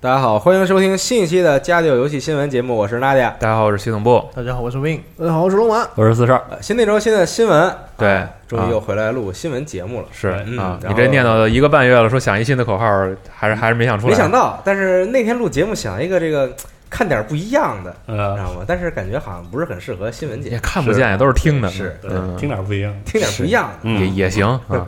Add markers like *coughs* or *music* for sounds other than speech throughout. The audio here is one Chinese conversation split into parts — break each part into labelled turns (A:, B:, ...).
A: 大家好，欢迎收听新一期的《家里有游戏新闻》节目，我是娜迪亚。
B: 大家好，我是系统部，
C: 大家好，我是 Win。
A: 大家好，我是龙马。
B: 我是四十二。
A: 呃新的一周新的新闻，
B: 对
A: 啊，终于又回来录新闻节目了。
B: 是
A: 嗯
B: 啊，
A: 然
B: 你
A: 后
B: 这念叨了一个半月了，说想一新的口号，还是还是没想出来。
A: 没想到，但是那天录节目想一个这个看点不一样
B: 啊
A: 的，知
C: 呃，
A: 道吗？但是感觉好像不是很适合新闻节
B: 也
A: 目，
B: 看不见，也都是听的。
A: 是
C: 对
B: 嗯，
C: 听点儿不一样。
A: 听点不一样的，
C: 嗯
B: 也也行啊。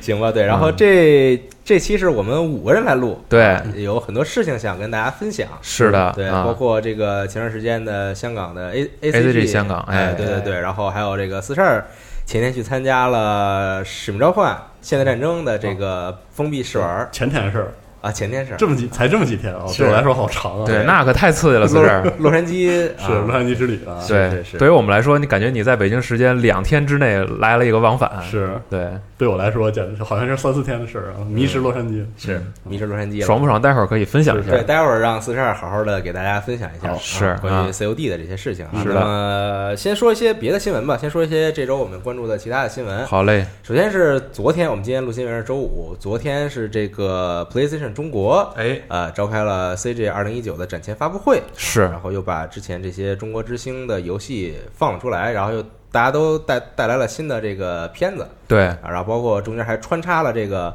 A: 行吧？对。然
B: *laughs*
A: 后
B: 嗯
A: 这这期是我们五个人来录，
B: 对，
A: 有很多事情想跟大家分享。
B: 是的，
A: 对，
B: 啊
A: 包括这个前段时间的香港的 A
B: ACG
A: ACG
B: 香港哎
A: 哎，对对对，然后还有这个四十二前天去参加了《使命召唤：现代战争》的这个封闭试玩
B: 嗯
A: 儿
C: 前天的事儿，
A: 啊，前天是
C: 这么几才这么几天啊，
A: 是
C: 对我来说好长啊。
B: 对，那可太刺激了，四
A: 洛
B: 十二。
A: 洛杉矶
C: 是洛
A: 啊，
C: 杉矶之旅啊。
B: 对，
A: 是是
B: 对于我们来说，你感觉你在北京时间两天之内来了一个往返，
C: 是
B: 对，
C: 对我来说，简直好像是三四天的事儿啊，迷失洛杉矶。
A: 嗯是迷失洛杉矶了。
B: 嗯爽不爽？待会儿可以分享一下
A: 对，。待会儿让四十二好好的给大家分享一下
C: 好
B: 是
A: 啊关
B: 啊
A: 于 COD 的这些事情啊。
B: 是的
A: 那么先说一些别的新闻吧，先说一些这周我们关注的其他的新闻。
B: 好嘞，
A: 首先是昨天，我们今天录新闻是周五，昨天是这个 PlayStation 中国
B: 哎，
A: 呃，召开了 CG 二零一九的展前发布会，
B: 是
A: 然后又把之前这些中国之星的游戏放了出来，然后又大家都带带来了新的这个片子，
B: 对，
A: 啊，然后包括中间还穿插了这个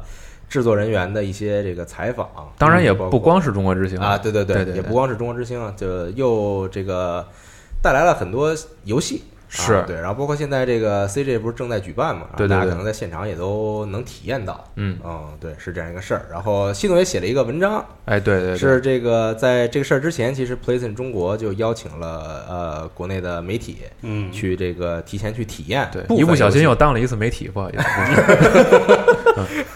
A: 制作人员的一些这个采访，
B: 当然也
A: 包括
B: 不光是中国之星
A: 啊，，对对
B: 对对对
A: 也不光是中国之星啊，就又这个带来了很多游戏。
B: 是
A: 啊对，然后包括现在这个 CJ 不是正在举办嘛，然后啊
B: 对对
A: 大家
B: 对
A: 可能在现场也都能体验到，
B: 嗯，
A: 嗯，对，是这样一个事儿。然后系统也写了一个文章，
B: 哎，对对对，
A: 是这个在这个事儿之前，其实 PlayStation 中国就邀请了呃国内的媒体
C: 嗯，
A: 去这个提前去体验，
B: 对，
A: 部分
B: 一不小心
A: 游
B: 又
A: 戏
B: 当了一次媒体，不好意思，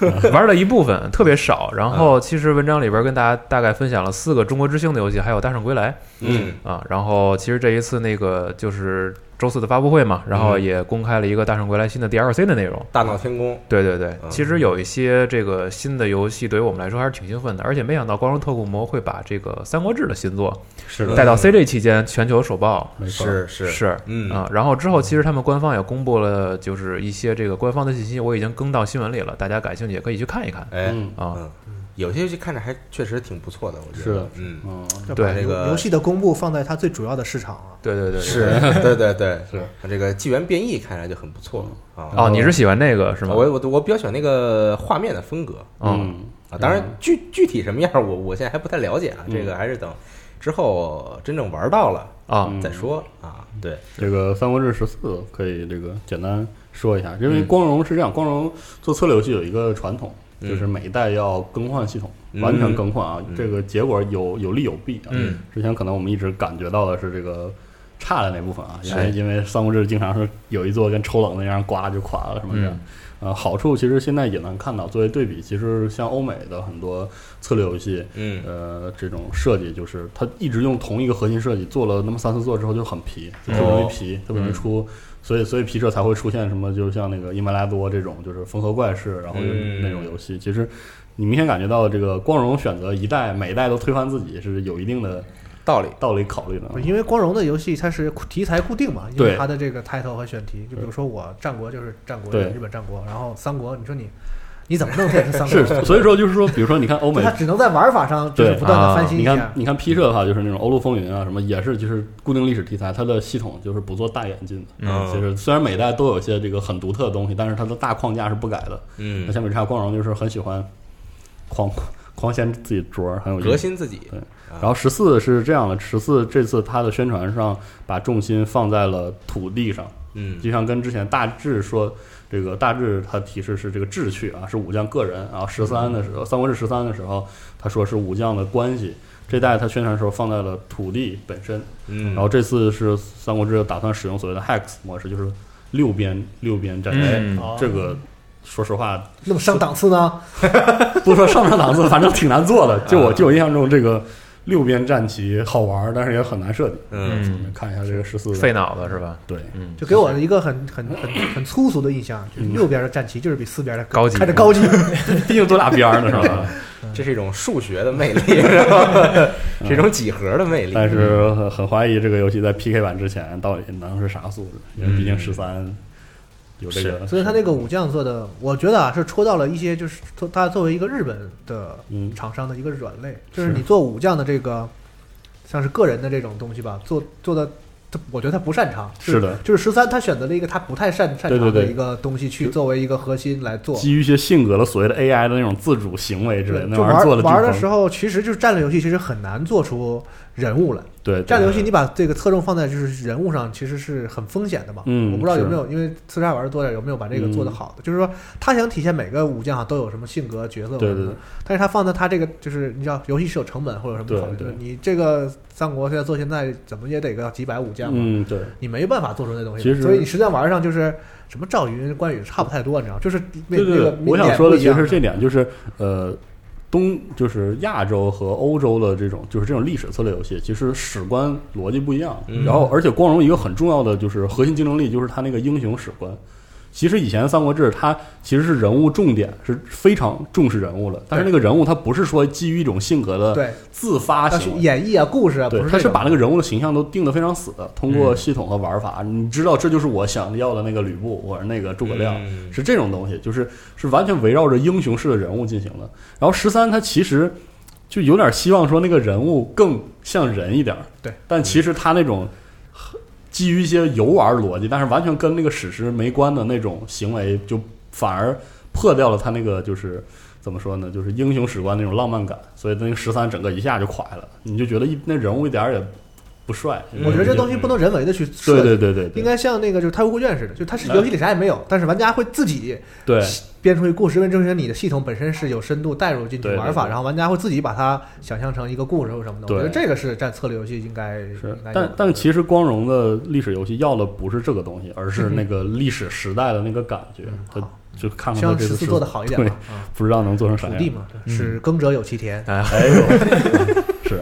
B: 嗯玩了一部分，特别少。然
A: 嗯
B: 后其实文章里边跟大家大概分享了四个中国之星的游戏，还有《大圣归来
A: 嗯》
B: 啊。然后其实这一次那个就是周四的发布会嘛，然
A: 嗯
B: 后也公开了一个《大圣归来》新的 DLC 的内容。
A: 大闹天宫，
B: 对对对，
A: 嗯
B: 其实有一些这个新的游戏对于我们来说还是挺兴奋的，而且没想到《光荣特库摩》会把这个《三国志》的新作
C: 是
A: 嗯
C: 的，
B: 带到 CJ 期间全球首曝，
C: 没错。
A: 是是
B: 是
A: 嗯
B: 啊，然后之后其实他们官方也公布了，就是一些这个官方的信息，我已经更到新闻里了，大家感兴趣也可以去看一看
A: 哎，
C: 嗯
B: 啊。
A: 有些游戏看着还确实挺不错的，我觉得
C: 是的
A: 嗯，
C: 嗯，
D: 要
B: 对
D: 把
A: 这
D: 游
A: 个
D: 游戏的公布放在它最主要的市场啊。
B: 对对对，对
A: 是，对对对，
C: 是
A: 这个纪元变异看起来就很不错啊。
B: 哦，你是喜欢那个是吗？
A: 我我我比较喜欢那个画面的风格
B: 嗯，
C: 嗯，嗯
A: 啊，当然具具体什么样儿我我现在还不太了解啊，这个还是等之后真正玩到了
B: 啊，
C: 嗯
A: 再说啊。对，
C: 这个《三国志十四》可以这个简单说一下，因为光荣是这样，光荣做策略游戏有一个传统，
A: 嗯
C: 就是每一代要更换系统，
A: 嗯
C: 完全更换啊。
A: 嗯
C: 这个结果有有利有弊啊。
B: 嗯
C: 之前可能我们一直感觉到的是这个差的那部分啊，因为
B: 是
C: 因为《三国志》经常是有一座跟抽冷那样刮就垮
B: 嗯
C: 了什么这样。呃，好处其实现在也能看到，作为对比，其实像欧美的很多策略游戏，
A: 嗯
C: 呃，这种设计就是它一直用同一个核心设计做了那么三四座之后就很皮，就特别容易皮，特别容易出，所以所以皮社才会出现什么，就像那个伊梅拉多这种就是缝合怪事，然后就是那种游戏，其实。你明显感觉到这个光荣选择一代，每一代都推翻自己是有一定的
A: 道理
C: 道理考虑的。
D: 不是因为光荣的游戏它是题材固定嘛，
C: 嗯
D: 因
C: 对
D: 为它的这个 title 和选题，就比如说我战国就是战国，
C: 对
D: 日本战国，然后三国，你说你你怎么弄它也是三
C: 是
D: 国，，
C: 所以说就是说，比如说你看欧
D: 就
C: 美
D: 它只能在玩法上就是
C: 对啊
D: 不断的翻新
C: 你
D: 一
C: 看
D: 下，。
C: 你看 P 社的话，就是那种《欧陆风云》啊，什么也是就是固定历史题材，它的系统就是不做大演进的。
A: 嗯
C: 就是虽然每代都有一些这个很独特的东西，但是它的大框架是不改的。那
A: 嗯，
C: 像美差光荣就是很喜欢狂 *laughs* 狂掀自己桌儿，很有意思
A: 革。新自己
C: 对然后十四是这样的，十四这次它的宣传上把重心放在了土地上，
A: 嗯
C: 就像跟之前大致说，这个大致他提示是这个智趣啊，是武将个人啊。十三的时候，三国志十三的时候，他说是武将的关系。这代他宣传的时候放在了土地本身，
A: 嗯，
C: 然后这次是三国志打算使用所谓的 hex 模式，就是六边六边站台。
B: 嗯
D: 哦
C: 这个说实话， *laughs*
D: 那么上档次呢？
C: 不说上不上档次，反正挺难做
D: *laughs*
C: 的。
D: 嗯
C: 就我就我印象中，这个六边战旗好玩，但是也很难设计。
A: 嗯
B: 嗯，
C: 看一下这个十四，
B: 费脑子是吧？
C: 对，
B: 嗯，
D: 就给我一个很很很很粗俗的印象，
C: 嗯
D: 就是右边的战旗就是比四边的
B: 高级
D: 看着高级。
C: 毕竟多大边儿呢，是
D: 嗯
C: 吧？
A: 这是一种数学的魅力，是吧？ *laughs* 是一种几何的魅力。
C: *laughs* 但是很很怀疑这个游戏在 PK 版之前到底能是啥素质，因为毕竟十三有这个，
D: 嗯所以他那个武将做的，我觉得啊是戳到了一些，就是作他作为一个日本的
C: 嗯
D: 厂商的一个软肋，就是
C: 是
D: 你做武将的这个，像是个人的这种东西吧，做做的，他我觉得他不擅长。
C: 是的，
D: 就是十三，他选择了一个他不太擅擅长
C: 对
D: 的
C: 对对
D: 一个东西去作为一个核心来做。
C: 基于一些性格的所谓的 AI 的那种自主行为之类的，
D: 对
C: 那
D: 就
C: 玩意儿
D: 玩
C: 做的
D: 玩的
C: 候。
D: 时候，其实就是战略游戏，其实很难做出人物来。
C: 对
D: 战
C: 对
D: 略游戏你把这个侧重放在就是人物上，其实是很风险的嘛。
C: 嗯
D: 我不知道有没有，因为刺杀玩的多点，有没有把这个做得好的？就是说，他想体现每个武将啊都有什么性格、角色
C: 对
D: 什么
C: 对
D: 的
C: 对，
D: 但是他放在他这个就是你知道，游戏是有成本或者什么
C: 对
D: 考虑的
C: 对。
D: 你这个三国现在做现在怎么也得个几百武将嘛，
C: 嗯，对，
D: 你没办法做出那东西
C: 其
D: 来。
C: 实
D: 所以你实际上玩上就是什么赵云、关羽差不太多，你知道吗，就是那
C: 对对
D: 那
C: 对
D: 个，
C: 我想
D: 脸
C: 说的
D: 不一
C: 其
D: 样啊
C: 实是这点，就是呃，东就是亚洲和欧洲的这种就是这种历史策略游戏，其实史观逻辑不一样。
A: 嗯
C: 然后，而且光荣一个很重要的就是核心竞争力，就是它那个英雄史观。其实以前《三国志》它其实是人物重点，是非常重视人物的，但是那个人物他不是说基于一种性格的
D: 对，
C: 自发
D: 但是
C: 行为。
D: 演绎啊、故事啊，不
C: 对，
D: 是
C: 他
D: 这
C: 是
D: 种
C: 把那个人物的形象都定得非常死，通过
B: 嗯
C: 系统和玩法，你知道这就是我想要的那个吕布，我是那个诸葛亮，
A: 嗯
C: 是这种东西，就是是完全围绕着英雄式的人物进行的。然后十三他其实就有点希望说那个人物更像人一点儿，
D: 对，
C: 但其实他那种基于一些游玩逻辑，但是完全跟那个史实没关的那种行为，就反而破掉了他那个就是。怎么说呢？就是英雄史观那种浪漫感，所以那个十三整个一下就垮了，你就觉得一那人物一点儿也不帅。
D: 我觉得这东西不能人为的去设
C: 嗯
D: 计
C: 对对对对
D: 应该像那个就是《太空卷》似的，就它是
C: 哎
D: 游戏里啥也没有，但是玩家会自己
C: 对
D: 编出一个故事，因为这些你的系统本身是有深度带入进去
C: 对对
D: 玩法，
C: 对
D: 然后玩家会自己把它想象成一个故事或什么的。我
C: 对
D: 觉得这个是战策略游戏应该
C: 是
D: 应该，
C: 但
D: 有的
C: 但其实光荣的历史游戏要的不是这个东西，而是那个历史时代的那个感觉。他
D: 嗯好
C: 就看
D: 希
C: 看他
D: 望
C: 这
D: 十
C: 次
D: 四
C: 是
D: 做的好一点吧。啊，
C: 不知道能做成啥
D: 土地
C: 样。
D: 嘛，
B: 嗯
D: 使耕者有其田。
C: 哎呦，是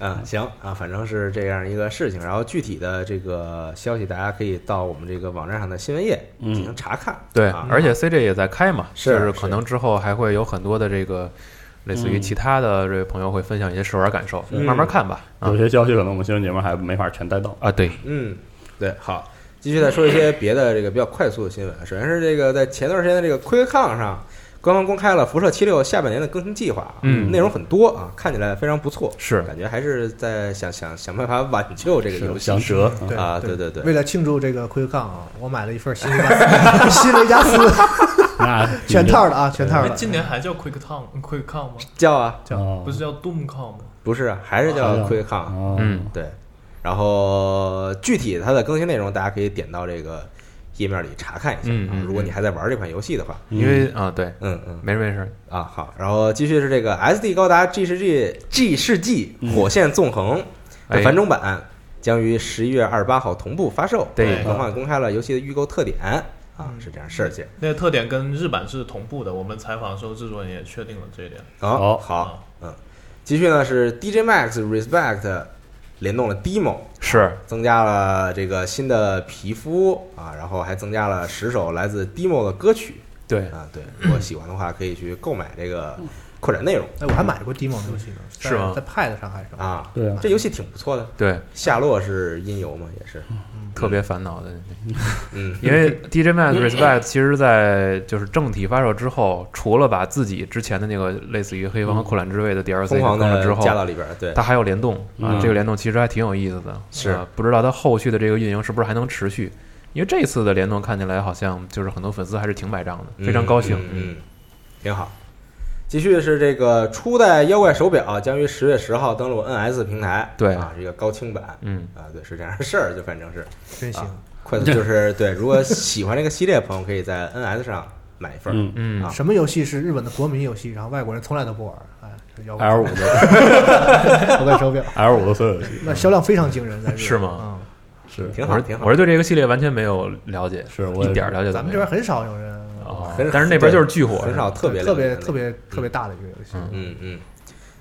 A: 啊，行啊，反正是这样一个事情。然后具体的这个消息，大家可以到我们这个网站上的新闻页
C: 嗯
A: 进行查看。
B: 对
A: 啊，
B: 而且 CJ 也在开嘛，
A: 是
B: 就是可能之后还会有很多的这个。类似于
C: 嗯
B: 其他的这位朋友会分享一些试玩感受，
A: 嗯
B: 慢慢看吧。啊
C: 有些消息可能我们新闻节目还没法全带到。
B: 啊，对，
A: 嗯，对，好，继续再说一些别的这个比较快速的新闻。首先是这个在前段时间的这个 QuickCon 上，官方公开了《辐射七六》下半年的更新计划，啊
B: 嗯
A: 内容很多啊，看起来非常不错，
B: 是
A: 感觉还是在想想想办法挽救这个游
C: 是
A: 戏
C: 想。折
D: 对
A: 啊对对对
D: 为了庆祝这个 q u i c 啊，我买了一份新维加 *laughs* 新维加斯
C: 嗯啊那
D: 全套的啊，全套
E: 哎
D: 的。
E: 今年还叫 Quick Con Quick Con 吗？
A: 叫啊，
C: 哦
E: 不是叫 Doom Con 吗？
A: 不是啊，还是叫 QuickCon，、
C: 哦
B: 嗯，
A: 对，然后具体它的更新内容，大家可以点到这个页面里查看一下。
B: 嗯
A: 啊
B: 嗯
A: 如果你还在玩这款游戏的话，
B: 因为啊，对，
A: 嗯嗯
B: 没事没事，
A: 啊好，然后继续是这个 SD 高达 G 世纪 G 世纪火线纵横的
B: 嗯哎
A: 繁中版将于十一月二十八号同步发售。
B: 对嗯
A: 官方公开了游戏的预购特点啊，是这样设计。
E: 那个特点跟日版是同步的。我们采访的时候，制作人也确定了这一点。啊
A: 好
C: 好
A: 好，嗯，继续呢是 DJ Max Respect 联动了 Demo。
B: 是
A: 增加了这个新的皮肤啊，然后还增加了十首来自 Demo 的歌曲
B: 对，
A: 啊。
B: *clears throat*
A: 对，如果喜欢的话，可以去购买这个扩展内容
D: 哎，我还买过 Demo 游戏呢，在
B: 是吗
D: 在 Pad 上还是？
A: 啊。
C: 对啊，
A: 这游戏挺不错的，
B: 对，
A: 夏洛是音游嘛，也是，
B: 特别烦恼的，
A: 嗯，
B: 因为 DJ Max Respect 其实，在就是正体发售之后，除了把自己之前的那个类似于黑方和库兰之位的 DLC
A: 嗯疯狂
B: 更
A: 的
B: 了之
A: 加
B: 后，
A: 到里边儿，对，
B: 它还有联动啊
C: 嗯，
B: 这个联动其实还挺有意思的，
A: 是
B: 啊不知道它后续的这个运营是不是还能持续？因为这次的联动看起来好像就是很多粉丝还是挺买账的，非常高兴。
A: 嗯，嗯挺好。继续是这个初代妖怪手表将于十月十号登陆 NS 平台，
B: 对
A: 啊，这个高清版
B: 嗯，
A: 啊，对，是这样的事儿，就反正是，
D: 真行
A: 啊。快速就是对，如果喜欢这个系列的朋友，可以在 NS 上买一份儿。
C: 嗯
B: 嗯
A: 啊
D: 什么游戏是日本的国民游戏，然后外国人从来都不玩？哎，这摇
C: ，L
D: 滚
C: 五的
D: 摇滚手表，
C: L 五的所有游戏
D: *laughs* 那销量非常惊人，在日本嗯
B: 是吗？
C: 是
A: 挺
B: 我
A: 好，
B: 是
A: 挺好
B: 我。是对这个系列完全没有了解，
C: 是我
B: 一
C: 也
B: 点儿了解都
D: 嗯，咱们
B: 没
D: 这
B: 有
D: 边。很少有人，嗯
B: 哦
A: 很，
B: 但是那边就是巨火，
A: 很少特别
D: 特
A: 了
D: 别
A: 解
D: 特别特别大的一个游戏。
B: 嗯
A: 嗯嗯。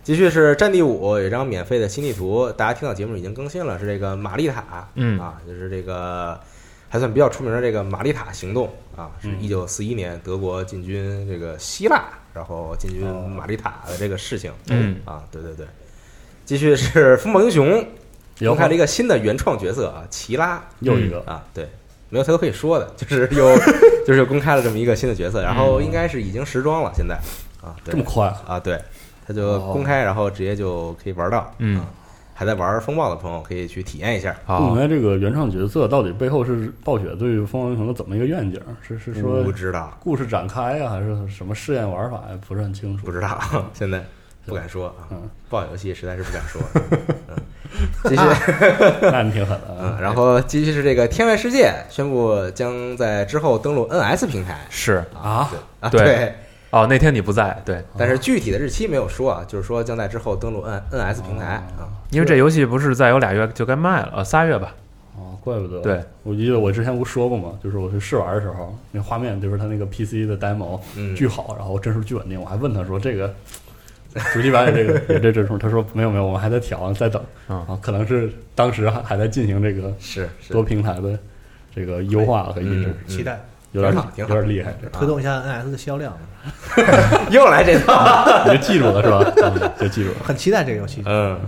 A: 继续是《战地五》有一张免费的新地图，大家听到节目已经更新了，是这个玛丽塔，
B: 嗯
A: 啊，就是这个还算比较出名的这个玛丽塔行动啊，是
C: 嗯
A: 一九四一年德国进军这个希腊，然后进军玛丽塔的这个事情，
B: 嗯
A: 啊，对对对。继续是《风暴英雄》
C: 有哦
A: 公开了一个新的原创角色啊，奇拉
C: 又一个，
A: 啊，对，没有太多可以说的， *laughs* 就是有就是公开了这么一个新的角色，然后应该是已经时装了，现在啊，对
C: 这么快啊，
A: 啊，对，它就
C: 哦
A: 公开，然后直接就可以玩到。
B: 嗯
A: 啊，还在玩风暴的朋友可以去体验一下。
B: 好
C: 不明白这个原创角色到底背后是暴雪对《疯狂英雄》的怎么一个愿景？是是说
A: 嗯不知道，
C: 故事展开呀、还是什么试验玩法呀、不是很清楚
A: 不。知道， *laughs* 现在不敢说啊
C: 嗯，
A: *laughs* 暴游戏实在是不敢
C: *laughs*
A: 说。嗯，继续，
C: 那你挺狠的啊
A: *laughs* 嗯，！然后继续是这个《天外世界》宣布将在之后登陆 NS 平台
B: 是
C: 啊，
A: 啊，
B: 对
A: 对，
B: 哦，那天你不在，对，
A: 但是具体的日期没有说啊，就是说将在之后登陆 N NS 平台啊。
B: 因为这游戏不是再有俩月就该卖了，呃，仨月吧，
C: 哦，怪不得。
B: 对，
C: 我记得我之前不说过嘛，就是我去试玩的时候，那画面就是它那个 PC 的 demo
A: 嗯
C: 巨好，然后真数巨稳定。我还问他说这个 *laughs* 主机版也这个也这帧数，他说没有没有，我们还在调，在等
B: 嗯
C: 啊，可能是当时还还在进行这个
A: 是是 *laughs*
C: 多平台的这个优化和抑制，
A: 嗯
D: 期待
C: 有点
A: 挺好
C: 有
A: 挺好
C: 点厉害。
D: 推动一下 NS 的销量，
A: 又来这套。
C: 你就记住了是吧？嗯就记住了。
D: 很期待这个游戏。
A: 嗯，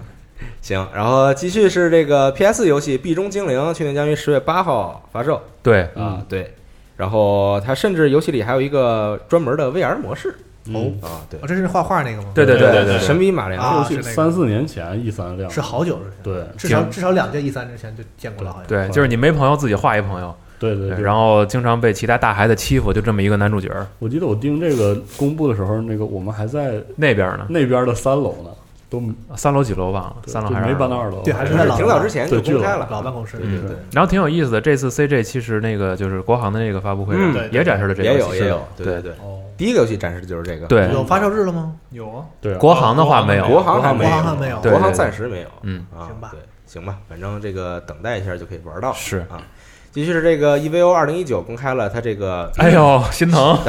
A: 行，然后继续是这个 PS 游戏《壁中精灵》，去年将于十月八号发售
B: 对，
A: 啊，对。然后它甚至游戏里还有一个专门的 VR 模式
C: 嗯，
A: 啊，对
D: 哦，这是画画那个吗？
B: 对对对对，
A: 神笔马良
D: 啊
C: 这
D: 是
C: 游
D: 那
C: 戏
D: 个
C: 三四年前 E 三亮，
D: 是好久之前，
C: 对
D: 至少至少两届 E 三之前就见过了，好像。
B: 对，就是你没朋友自己画一朋友，
C: 对对
B: 对
C: 对。
B: 然后经常被其他大孩子欺负，就这么一个男主角儿，
C: 我记得我盯这个公布的时候，那个我们还在
B: 那边呢，
C: 那边的三楼呢，都
B: 啊三楼几楼忘了，三楼
C: 就
B: 还是
C: 没
B: 二
C: 搬到
B: 楼
C: 二楼，
D: 对还是在
A: 是
D: 老
A: 挺早之前就
C: 对
A: 公开
C: 巨
A: 了，
D: 老办嗯公室，
A: 对对
B: 然后挺有意思的，这次 CJ 其实那个就是国行的那个发布会上
A: 嗯
E: 对
B: 也展示了这个
A: 对，也
B: 游
A: 有
B: 戏，
A: 也有，
B: 对
A: 对对。
C: 哦，
A: 第一个游戏展示的就是这个，
B: 对
D: 有发售日了吗？
E: 有啊，
C: 对啊，
B: 国行的话没有，
A: 国行还
D: 国行还没有
A: 国
B: 对对
A: 行
B: 对
A: 暂时没有，
B: 嗯
A: 啊，
D: 行吧
A: 对，行吧，反正这个等待一下就可以玩到，
B: 是
A: 啊。继续是这个 EVO 二零一九公开了它这个
B: 哎呦，心疼，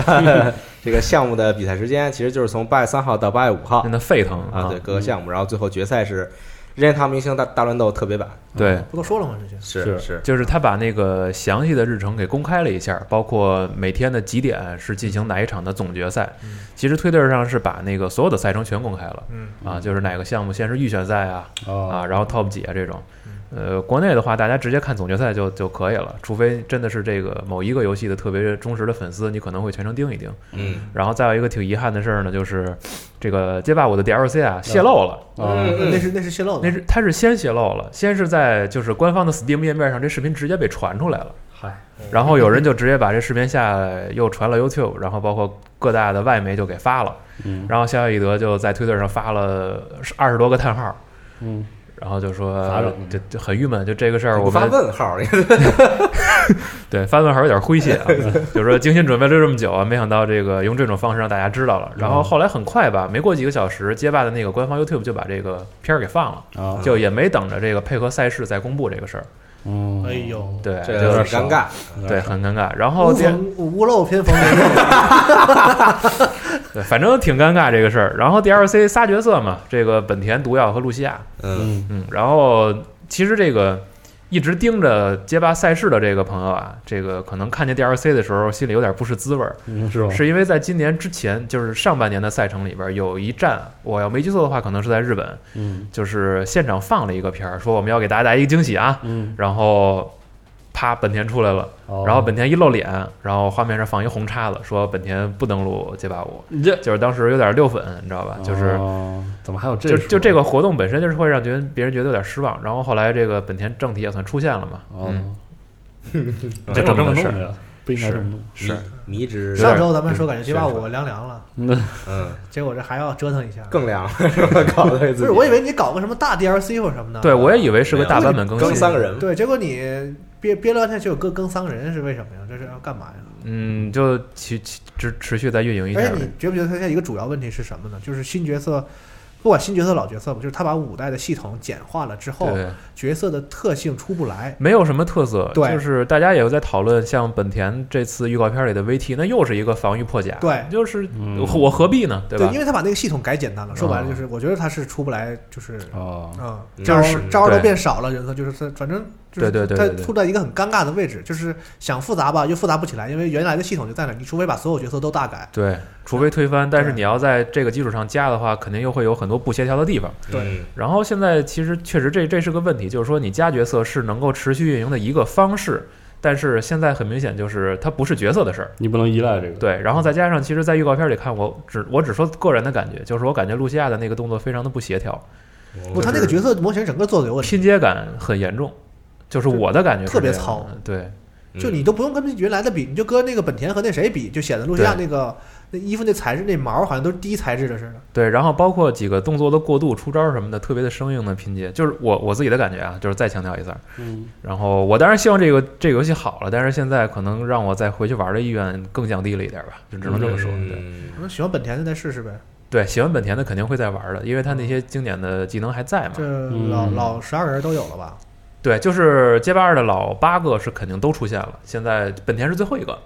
A: 这个项目的比赛时间，其实就是从八月三号到八月五号
B: 真的沸腾
A: 啊，对各个项目，然后最后决赛是任天堂明星大大乱斗特别版，
B: 对，
D: 不都说了吗？之前
A: 是
C: 是
A: 是，
B: 就是他把那个详细的日程给公开了一下，包括每天的几点是进行哪一场的总决赛。其实推特上是把那个所有的赛程全公开了，
D: 嗯
B: 啊，就是哪个项目先是预选赛啊，
C: 啊
B: 啊，然后 top 几啊这种。呃，国内的话，大家直接看总决赛就就可以了，除非真的是这个某一个游戏的特别忠实的粉丝，你可能会全程盯一盯。
A: 嗯
B: 然后再有一个挺遗憾的事儿呢，就是这个街霸五的 DLC 啊泄露了。
C: 啊，
A: 嗯
D: 那是那是泄露的，
B: 那是它是先泄露了，先是在就是官方的 Steam 页面上，这视频直接被传出来了。
C: 嗨，
B: 然后有人就直接把这视频下来，又传了 YouTube，然后包括各大的外媒就给发了。
C: 嗯
B: 然后肖义德就在推特上发了二十多个叹号，
C: 嗯，
B: 然后就说
C: 咋整
B: 就就很郁闷，就这个事儿我
A: 不发
B: 们
A: 问号，
B: 对发问还是有点诙谐啊，就说精心准备了这么久啊，没想到这个用这种方式让大家知道了。然后后来很快吧，没过几个小时，街霸的那个官方 YouTube 就把这个片儿给放了，
C: 啊，
B: 就也没等着这个配合赛事再公布这个事儿。
C: 嗯，
D: 哎呦，
B: 对，
A: 这
B: 就
A: *laughs* 有点
B: 是
A: 尴尬，
B: 对，很尴尬。然后
D: 无
B: 第二
D: 缝屋漏偏逢连夜雨，
B: 对，反正挺尴尬这个事儿。然后 DLC 仨角色嘛，这个本田、毒药和露西亚。
A: 嗯
C: 嗯，
B: 嗯，然后其实这个一直盯着街霸赛事的这个朋友啊，这个可能看见 DLC 的时候心里有点不是滋味儿，
C: 嗯，是吧？
B: 是因为在今年之前，就是上半年的赛程里边有一站，我要没记错的话，可能是在日本，
C: 嗯
B: 就是现场放了一个片儿，说我们要给大家一个惊喜啊，
C: 嗯，
B: 然后啪，本田出来了。
C: 哦
B: 然后本田一露脸，然后画面上放一红叉子，说本田不登录街霸五，
C: 你这
B: 就是当时有点六粉，你知道吧？就是
C: 哦怎么还有这
B: 就就这
C: 个
B: 个活动本身就是会让觉得别人觉得有点失望。然后后来这个本田正体也算出现了嘛，嗯，
C: 哦，
B: 就
C: 没有
B: 这
C: 这
B: 么
C: 么
B: 事
C: 弄
B: 儿
C: 的，不应该这么弄。
B: 是
A: 迷之，
D: 上周咱们说感觉街霸
A: 是
D: 五凉凉了，
C: 那
A: 嗯，
D: 结果这还要折腾一下。
A: 更凉， *laughs* 是吧搞得自己
D: 不是，我以为你搞个什么大 DLC 或者什么的。
B: 对我也以为是个大版本更
A: 更
B: 新
A: 三，个人，
D: 对，结果你憋憋了半天就有更更伤人是为什么呀？这是要干嘛呀？
B: 嗯，就持持持持续再运营一下
D: 而且
B: 呗
D: 你觉不觉得它现在一个主要问题是什么呢？就是新角色，不管新角色老角色吧，就是他把五代的系统简化了之后，
B: 对，
D: 角色的特性出不来。
B: 没有什么特色，
D: 哦对
B: 就是大家也有在讨论，像本田这次预告片里的 VT，那又是一个防御破甲，
D: 对
B: 就是
C: 嗯
B: 我我何必呢，对吧
D: 因？为他把那个系统改简单了，说白了
B: 啊
D: 就是，我觉得他是出不来，就是
C: 哦，
D: 啊，
A: 嗯
D: 招
A: 就是
D: 招都
B: 对
D: 变少了，人和就是他，反正就
B: 对
D: 是
B: 对对
D: 他
B: 对对
D: 处在一个很尴尬的位置，就是想复杂吧，又复杂不起来，因为原来的系统就在那儿，你除非把所有角色都大改，
B: 对，除非推翻，但是
D: 对
B: 你要在这个基础上加的话，肯定又会有很多不协调的地方。
D: 对
A: 嗯
B: 然后现在其实确实这这是个问题，就是说你加角色是能够持续运营的一个方式，但是现在很明显就是它不是角色的事儿。
C: 你不能依赖这个。
B: 对，然后再加上，其实，在预告片里看，我只我只说个人的感觉，就是我感觉露西亚的那个动作非常的不协调，
D: 不，他那个角色模型整个做的有问题，
B: 拼接感很严重，就是我的感觉是
D: 特别
B: 这样
D: 糙
B: 的。对，
A: 嗯
D: 就你都不用跟原来的比，你就搁那个本田和那谁比，就显得露西亚那个那衣服那材质那毛好像都是低材质的似的。
B: 对，然后包括几个动作的过渡、出招什么的，特别的生硬的拼接，就是我我自己的感觉啊，就是再强调一下。
C: 嗯，
B: 然后我当然希望这个这个游戏好了，但是现在可能让我再回去玩的意愿更降低了一点吧，就只能这么说。对
A: 嗯
D: 可能喜欢本田的再试试呗，
B: 对，喜欢本田的肯定会再玩的，因为他
D: 嗯
B: 那些经典的技能还在嘛。
D: 这老
C: 嗯
D: 老十二个人都有了吧？
B: 对，就是街霸二的老八个是肯定都出现了，现在本田是最后一个。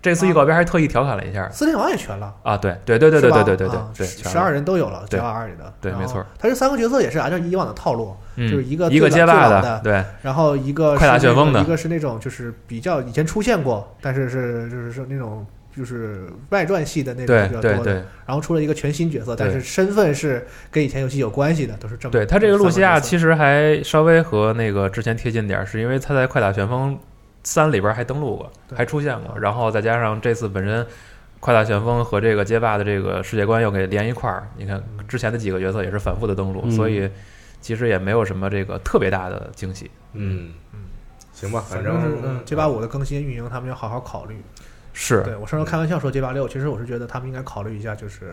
B: 这
D: 啊
B: 次预告片还特意调侃了一下
D: 四天王也全了。
B: 啊，对对对对对
D: 是吧
B: 对对对对
D: 啊
B: 对，全
D: 十二
B: 是
D: 人都有了，
B: 对
D: 九二二里的，
B: 对没错。
D: 他这三个角色也是按照以往的套路，
B: 嗯
D: 就是一个
B: 一个
D: 最
B: 街
D: 老
B: 霸
D: 最
B: 的
D: 老的
B: 对
D: 然后一个
B: 快打
D: 是
B: 旋
D: 那
B: 风
D: 种
B: 的
D: 一个是那种就是比较以前出现过，但是是就是是那种就是外传系的那种
B: 对
D: 比较
B: 对
D: 多的。
B: 对
D: 然后出了一个全新角色，但
B: 对
D: 是身份是跟以前游戏有关系的，都是这么。
B: 对，他这个露西亚
D: 实
B: 其实还稍微和那个之前贴近点儿，是因为他在《快打旋风三》里边还登录过，
D: 对
B: 还出现过，然后再加上这次本身。快打旋风和这个街霸的这个世界观又给连一块儿，你看之前的几个角色也是反复的登录，
C: 嗯
B: 所以其实也没有什么这个特别大的惊喜。
A: 嗯
D: 嗯，
A: 行吧，
D: 反
A: 正
D: 正是嗯，街霸五的更新运营他们要好好考虑。
B: 是
D: 对我上周开玩笑说街霸六，其实我是觉得他们应该考虑一下，就是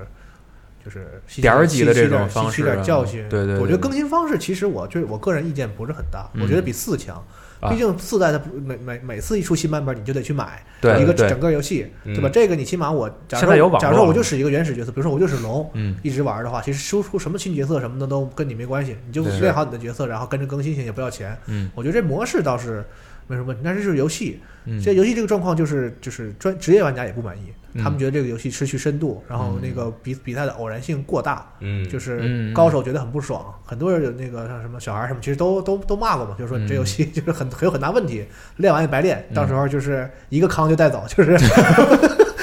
D: 就是吸取
B: 点儿级的
D: 吸取
B: 这种
D: 点
B: 方
D: 吸取
B: 式
D: 点
B: 啊
D: 教训。
B: 对对对嗯
D: 我觉得更新方式其实我就是我个人意见不是很大，我觉得比四强。
B: 啊
D: 毕竟四代它不每每每次一出新版本，你就得去买
B: 对
D: 一个
B: 对
D: 整个游戏，
A: 嗯
D: 对吧？这个你起码我假
B: 现
D: 如
B: 在
D: 说
B: 有网
D: 假如说
B: 络
D: 我就使一个原始角色，比如说我就是龙，
B: 嗯，
D: 一直玩的话，其实输出什么新角色什么的都跟你没关系，你就
B: 对
D: 练好你的角色，然后跟着更新行，也不要钱。
B: 嗯，
D: 我觉得这模式倒是没什么问题，但是就是游戏，
B: 嗯
D: 这游戏这个状况就是就是专职业玩家也不满意，
B: 嗯
D: 他们觉得这个游戏失去深度，然后
B: 嗯
D: 那个比比赛的偶然性过大，
A: 嗯，
D: 就是是
B: 嗯
D: 高手觉得很不爽，很多人有那个像什么小孩儿什么，其实都都都骂过嘛，就是说你这
B: 嗯
D: 游戏 *laughs* 就是很很有很大问题，练完也白练，
B: 嗯
D: 到时候就是一个坑就带走， *laughs* 就是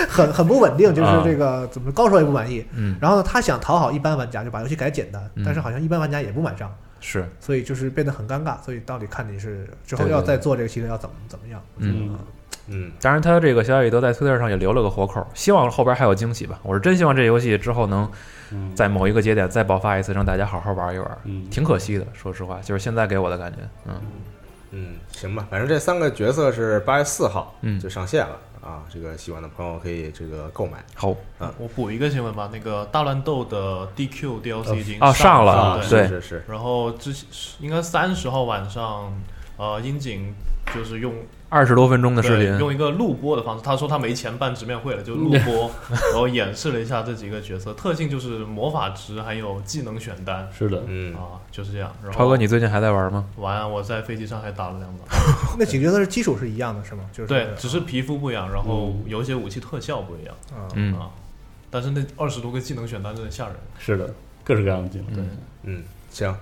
D: 很很不稳定，就是
B: 啊
D: 这个怎么高手也不满意。
B: 嗯
D: 然后呢，他想讨好一般玩家，就把游戏改简单
B: 嗯，
D: 但是好像一般玩家也不买账，
B: 是
D: 所以就是变得很尴尬。所以到底看你是之后
B: 对对
D: 要
B: 对
D: 再做这个系列要怎么怎么
B: *laughs*
D: 样？
B: 嗯，
C: 嗯
A: 嗯，
B: 当然，他这个小野德在推特上也留了个活口，希望后边还有惊喜吧。我是真希望这游戏之后能
C: 嗯
B: 在某一个节点再爆发一次，让大家好好玩一玩。
C: 嗯，
B: 挺可惜的，说实话，就是现在给我的感觉，嗯
A: 嗯，行吧，反正这三个角色是八月四号
B: 嗯
A: 就，上线了啊，这个喜欢的朋友可以这个购买。
B: 好，
E: 我补一个新闻吧，那个大乱斗的 DQ DLC 已经
B: 啊上了
E: 了，
B: 啊
E: 对
A: 是是是，
E: 然后之前应该三十号晚上，呃，樱井就是用
B: 二十多分钟的视
E: 对
B: 频，
E: 用一个录播的方式，他说他没钱办直面会了，就录
B: *laughs*
E: 播，然后演示了一下这几个角色特性，就是魔法值还有技能选单
C: 是的，
A: 嗯，
E: 啊，就是这样。然后
B: 超哥，你最近还在玩吗？
E: 晚安，啊我在飞机上还打了两把，
D: 那几个角色是基础是一样的，是吗？就是
E: *laughs* 对，嗯只是皮肤不一样，然后有一些武器特效不一样
D: 啊，
B: 嗯
E: 啊，但是那二十多个技能选单真的吓人。
C: 是的，各式各样的技能。
B: 嗯
A: 嗯，行，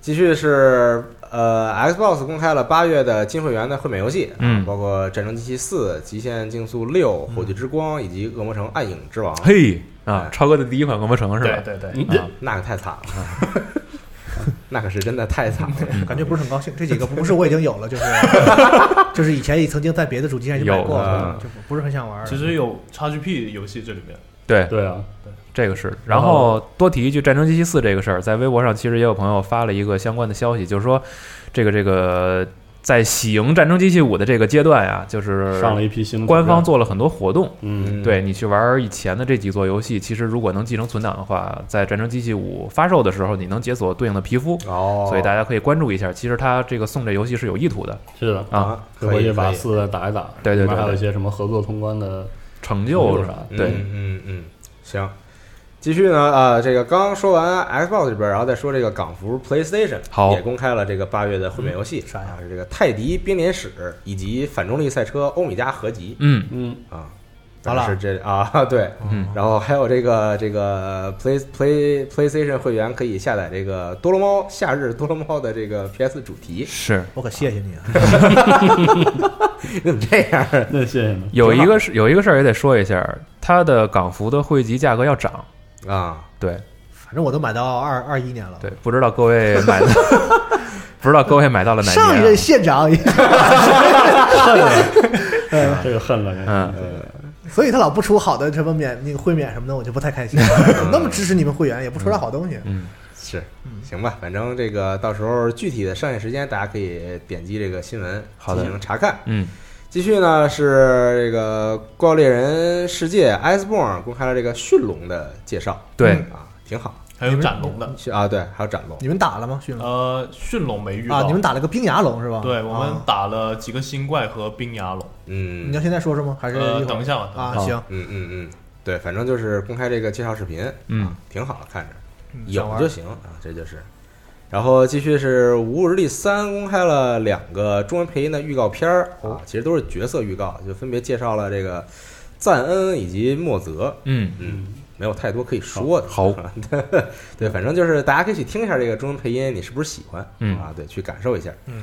A: 继续是呃，Xbox 公开了八月的金会员的会免游戏，
B: 嗯
A: 包括《战争机器四》《极限竞速六》《火炬之光》以及《恶魔城：暗影之王》。
B: 嘿啊
A: 哎，
B: 超哥的第一款恶魔城是吧？
E: 对对嗯
C: 你
B: 啊
A: 那可太惨了， *laughs* 那可是真的太惨了。
B: 嗯
D: 感觉不是很高兴。这几个不是我已经有了，就是就是以前也曾经在别的主机上已经买过
A: 有
D: 了
A: 了，
D: 就不是很想玩了。
E: 其实有 XGP 游戏这里面，
B: 对，
C: 对啊，
B: 这个是。然后多提一句，《战争机器四》这个事儿，在微博上其实也有朋友发了一个相关的消息，就是说这个这个。在喜迎战争机器五的这个阶段呀，就是
C: 上了一批新的
B: 官方
C: 图
B: 做了很多活动。
C: 嗯，
B: 对你去玩以前的这几座游戏，其实如果能继承存档的话，在《战争机器五》发售的时候，你能解锁对应的皮肤，
A: 哦，
B: *laughs* 所以大家可以关注一下。其实它这个送这游戏是有意图的
C: 是的，
B: 啊，
A: 啊，
C: 回
A: 可以
C: 去把
A: 可以
C: 四再打一打，
B: 对对对
C: 里面还有
B: 对
C: 一些什么合作通关的
B: 成
C: 成
B: 就
C: 就啥的
B: 对，
A: 嗯嗯嗯，行。继续呢，啊，这个刚刚说完 Xbox 这边，然后再说这个港服 PlayStation，
B: 好嗯
A: 也公开了这个八月的会免游戏，
D: 啥呀
A: 啊？是这个《泰迪编年史》以及《反重力赛车欧米茄》合集
B: 嗯
C: 嗯，
A: 啊。
D: 好了
A: 但是这啊， *laughs* 对，
B: 嗯
A: 然后还有这个这个 Play Play PlayStation 会员可以下载这个多罗猫夏日多罗猫的这个 PS 主
B: *laughs*
A: 题，
B: 是。
D: 我可谢谢你啊！
A: 你怎么这样？
C: 那谢谢你。
A: 嗯
B: 有一个是有一个事儿也得说一下，它的港服的汇集价格要涨，
A: 啊，
B: 对
D: 反正我都买到二二一年了。
B: 对，不知道各位买的，不知道各位买到了哪年啊、
D: 上一任县长也，
A: 哎
C: 这个恨了，这
B: 嗯
C: 个对
D: *laughs* 所以他老不出好的什么免那个会免什么的，我就不太开心。怎么那么支持你们会员，也不出点好东西？
B: 嗯，
A: 是，行吧，反正这个到时候具体的上线时间，大家可以点击这个新闻
B: 好的
A: 进行查看。
B: 嗯，
A: 继续呢是这个《怪物猎人世界》Iceborne 公开了这个驯龙的介绍，
B: 对
A: 啊，挺好。
E: 还有斩龙的，
A: 驯啊，对，还有斩龙，
D: 你们打了吗？驯龙啊
E: 呃，驯龙没遇到。
D: 啊，你们打了个冰牙龙是吧？
E: 对我们
D: 啊
E: 打了几个新怪和冰牙龙。
A: 嗯，
D: 你要现在说说吗？还是
E: 呃
D: 一，会儿
E: 等一下吧，等一下
D: 啊？
C: 好
D: 行，
A: 嗯嗯嗯，对，反正就是公开这个介绍视频，
B: 嗯
A: 啊，挺好，看着
D: 嗯想
A: 有
D: 玩
A: 就行啊，这就是。然后继续是《无日历三》公开了两个中文配音的预告片儿啊，其实都是角色预告，就分别介绍了这个赞恩以及莫泽，
B: 嗯，
A: 嗯，没有太多可以说的。
B: 好，
A: *laughs* 对，反正就是大家可以去听一下这个中文配音，你是不是喜欢？
B: 嗯
A: 啊，对，去感受一下。
D: 嗯，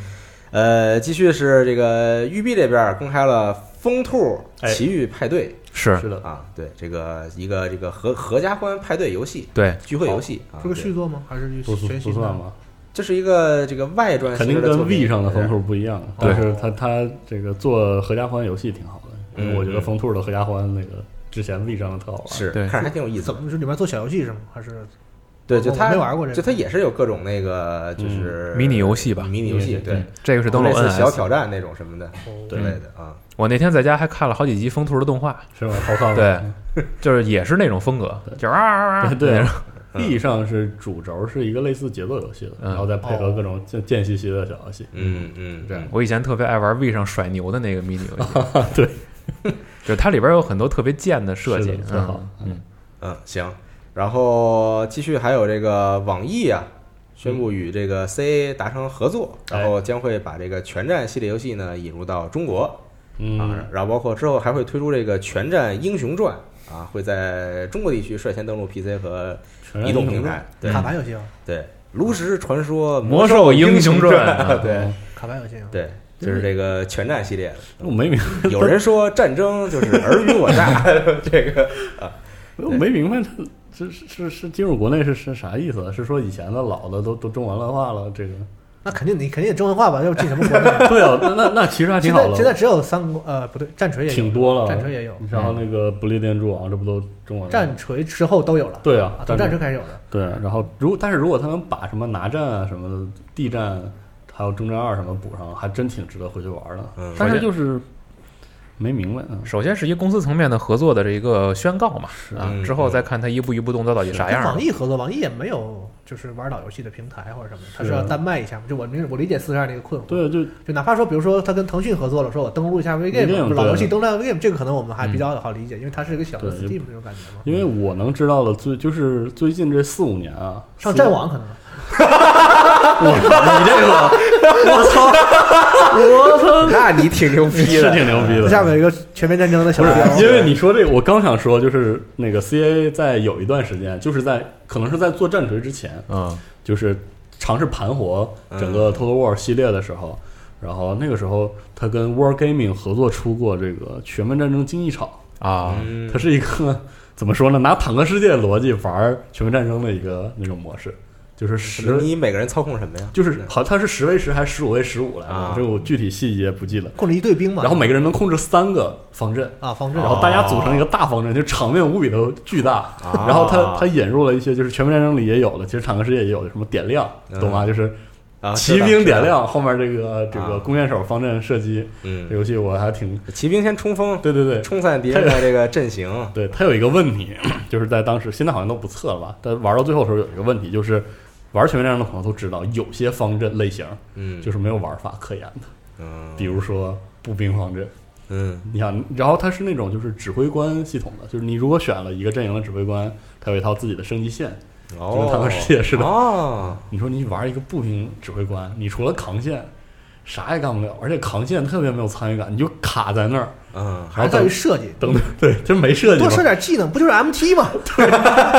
A: 呃，继续是这个育碧这边儿公开了《疯兔
C: 哎
A: 奇遇派对
B: 是
C: 嗯是》的，
A: 啊，对，这个一个这个合合家欢派对游戏
B: 对，
A: 聚会游戏啊，
D: 是哦个
A: 对
D: 续作吗？还是
C: 不
D: 全
C: 不
D: 新的
C: 算？吧，
A: 这是一个这个外传
C: 肯
A: 形
C: 定
A: 式的作
C: 跟
A: 品嗯
C: V 上的风兔不一样，
B: 对
C: 但是他他这个做合家欢游戏挺好的，因为我觉得
A: 嗯
C: 风兔的合家欢那个之前 V 上的特好玩，
A: 是
B: 对
A: 看着还挺有意思
D: 怎
A: 的。
D: 么是里面做小游戏是吗？还是
A: 对，就
D: 哦我
A: 它
D: 没玩过这个
A: 就它也是有各种那个就是
B: 迷你游戏吧
A: 迷你游戏
C: 嗯
A: 对
C: 嗯，
B: 这个是灯笼
A: 类似小
B: NS。
A: 挑战那种什么的之
D: 哦
C: 对
A: 类的啊。
B: 我那天在家还看了好几集《风兔》的动画，
C: 是吧？好看吗？
B: 对就是也是那种风格，就是啊啊
A: 嗯
B: 啊，
C: 对对
B: 那种，
C: B 上是主轴是一个类似节奏游戏的，
B: 嗯
C: 然后再配
A: 哦
C: 合各种间间隙系的小游戏。
A: 嗯嗯，
C: 这样
B: 我以前特别爱玩 V 上甩牛的那个迷你游戏，
A: *laughs*
C: 对，
B: *laughs* 就是它里边有很多特别贱的设计
C: 是，的特好
B: 嗯嗯，
A: 嗯行。然后继续还有这个网易啊，宣布与这个 CA 达成合作，
C: 哎
A: 然后将会把这个全战系列游戏呢引入到中国啊
C: 嗯，，
A: 然后包括之后还会推出这个全战英雄传啊，会在中国地区率先登陆 PC 和
C: 全
A: 移动
C: 屏
A: 平台。对
D: 卡牌游戏啊？
A: 对，《炉石传说》《
B: 魔兽
A: 兽
B: 英雄
A: 雄
B: 传
E: *laughs*
B: 啊
A: 对
D: 卡牌游戏啊？
A: 对，就是这个全战系列的。
C: 我没明，
A: 有人说战争就是尔虞我
C: *laughs*
A: 诈，这个
C: 我没明白他这是是是进入国内是是啥意思啊？是说以前的老的都都中文化了？这个
D: 那肯定你肯定得中文化吧？要不进什么国内？
C: *laughs* 对啊，那那 *laughs* 那其实还挺
D: 现
C: 好
D: 在现在
C: 的，
D: 只有三国呃不对，战锤也有
C: 挺多了。嗯
D: 战锤也有，
C: 然后那个不列颠蛛网这不都中文了？
D: 战锤之后都有了。
C: 对
D: 啊
C: 啊，，
D: 从战
C: 这
D: 锤开始有的。
C: 对，啊然后如但是如果他能把什么拿战啊、什么的地战，还有中战二什么补上，还真挺值得回去玩的。
A: 嗯
C: 但
B: 首
C: 是
B: 先
C: 就是没明白啊。
B: 首先是一公司层面的合作的这一个宣告嘛，啊
A: 嗯，
B: 之后再看它一步一步动作到底啥
D: 跟
B: 样
D: 网
B: 了。
D: 易合作，网易也没有就是玩老游戏的平台或者什么的，它是
C: 是啊
D: 要单卖一下嘛。就我明我理解四十二那个困惑，
C: 对，啊就
D: 就哪怕说比如说他跟腾讯合作了，说我登录一下 V Game，
C: Vgame，
D: 老游戏
C: 对嗯
D: 登录 V Game，这个可能我们还比较好理解，因为它是一个小的
C: 对
D: Steam 这种感觉嘛。
C: 因为我能知道的最就是最近这四五年啊，
D: 上
C: 四
D: 战网可能
C: *laughs* 你这个，
D: *laughs*
C: 我操，
A: 那你挺牛
C: *laughs*
A: 逼
C: 是
A: 的，
C: 挺牛逼的。
D: *laughs* 下面有一个全面战争的小
C: 不
D: 标，
C: 是，因为你说这个，我刚想说，就是那个 CA 在有一段时间，就是在可能是在做战锤之前，
B: 嗯，
C: 就是尝试盘活
A: 嗯
C: 整个 Total War 系列的时候，然后那个时候他跟 War Gaming 合作出过这个《全面战争竞技场
B: 啊，
A: 嗯》，
C: 它是一个怎么说呢？拿坦克世界的逻辑玩《全面战争》的一个那种模式，就是十
A: 你每个人操控什么呀？
C: 就是好，它是十 v 十还是十五 v 十五来
A: 啊
C: 着？这个我具体细节不记得。
D: 控制一队兵嘛，
C: 然后每个人能控制三个方阵，
D: 啊方阵
C: 然，后大家组成一个大方阵，就场面无比的巨大。
A: 哦啊
C: 然后它它引入了一些，就是《全面战争》里也有的，其实《坦克世界》也有的，什么点亮，懂吗？就是
A: 嗯啊，
C: 骑
A: 知道
C: 兵点，亮后面这个这
A: 啊
C: 个弓箭手方阵射击这
A: 嗯，
C: 游戏我还挺
A: 骑兵先冲锋，
C: 对对对
A: 冲散敌人的这个阵型，
C: 对，它有一个问题， *clears throat* 就是在当时现在好像都不测了吧？但玩到最后的时候有一个问题，就是玩全面战争的朋友都知道，有些方阵类型 *laughs*
A: 嗯，
C: 就是没有玩法可言的，
A: 嗯，
C: 比如说步兵方阵，
A: 嗯
C: 你想，然后它是那种就是指挥官系统的，就是你如果选了一个阵营的指挥官，他有一套自己的升级线。
A: 哦，
C: 就跟他们世界似的
A: 哦，
C: 你说你玩一个步兵指挥官，你除了扛线，啥也干不了，而且扛线特别没有参与感，你就卡在那儿，
A: 嗯，
D: 还是在于设计。
C: 等等，对，就没设计
D: 多
C: 嘛。
D: 设点技能，不就是
C: *laughs*
D: MT 吗？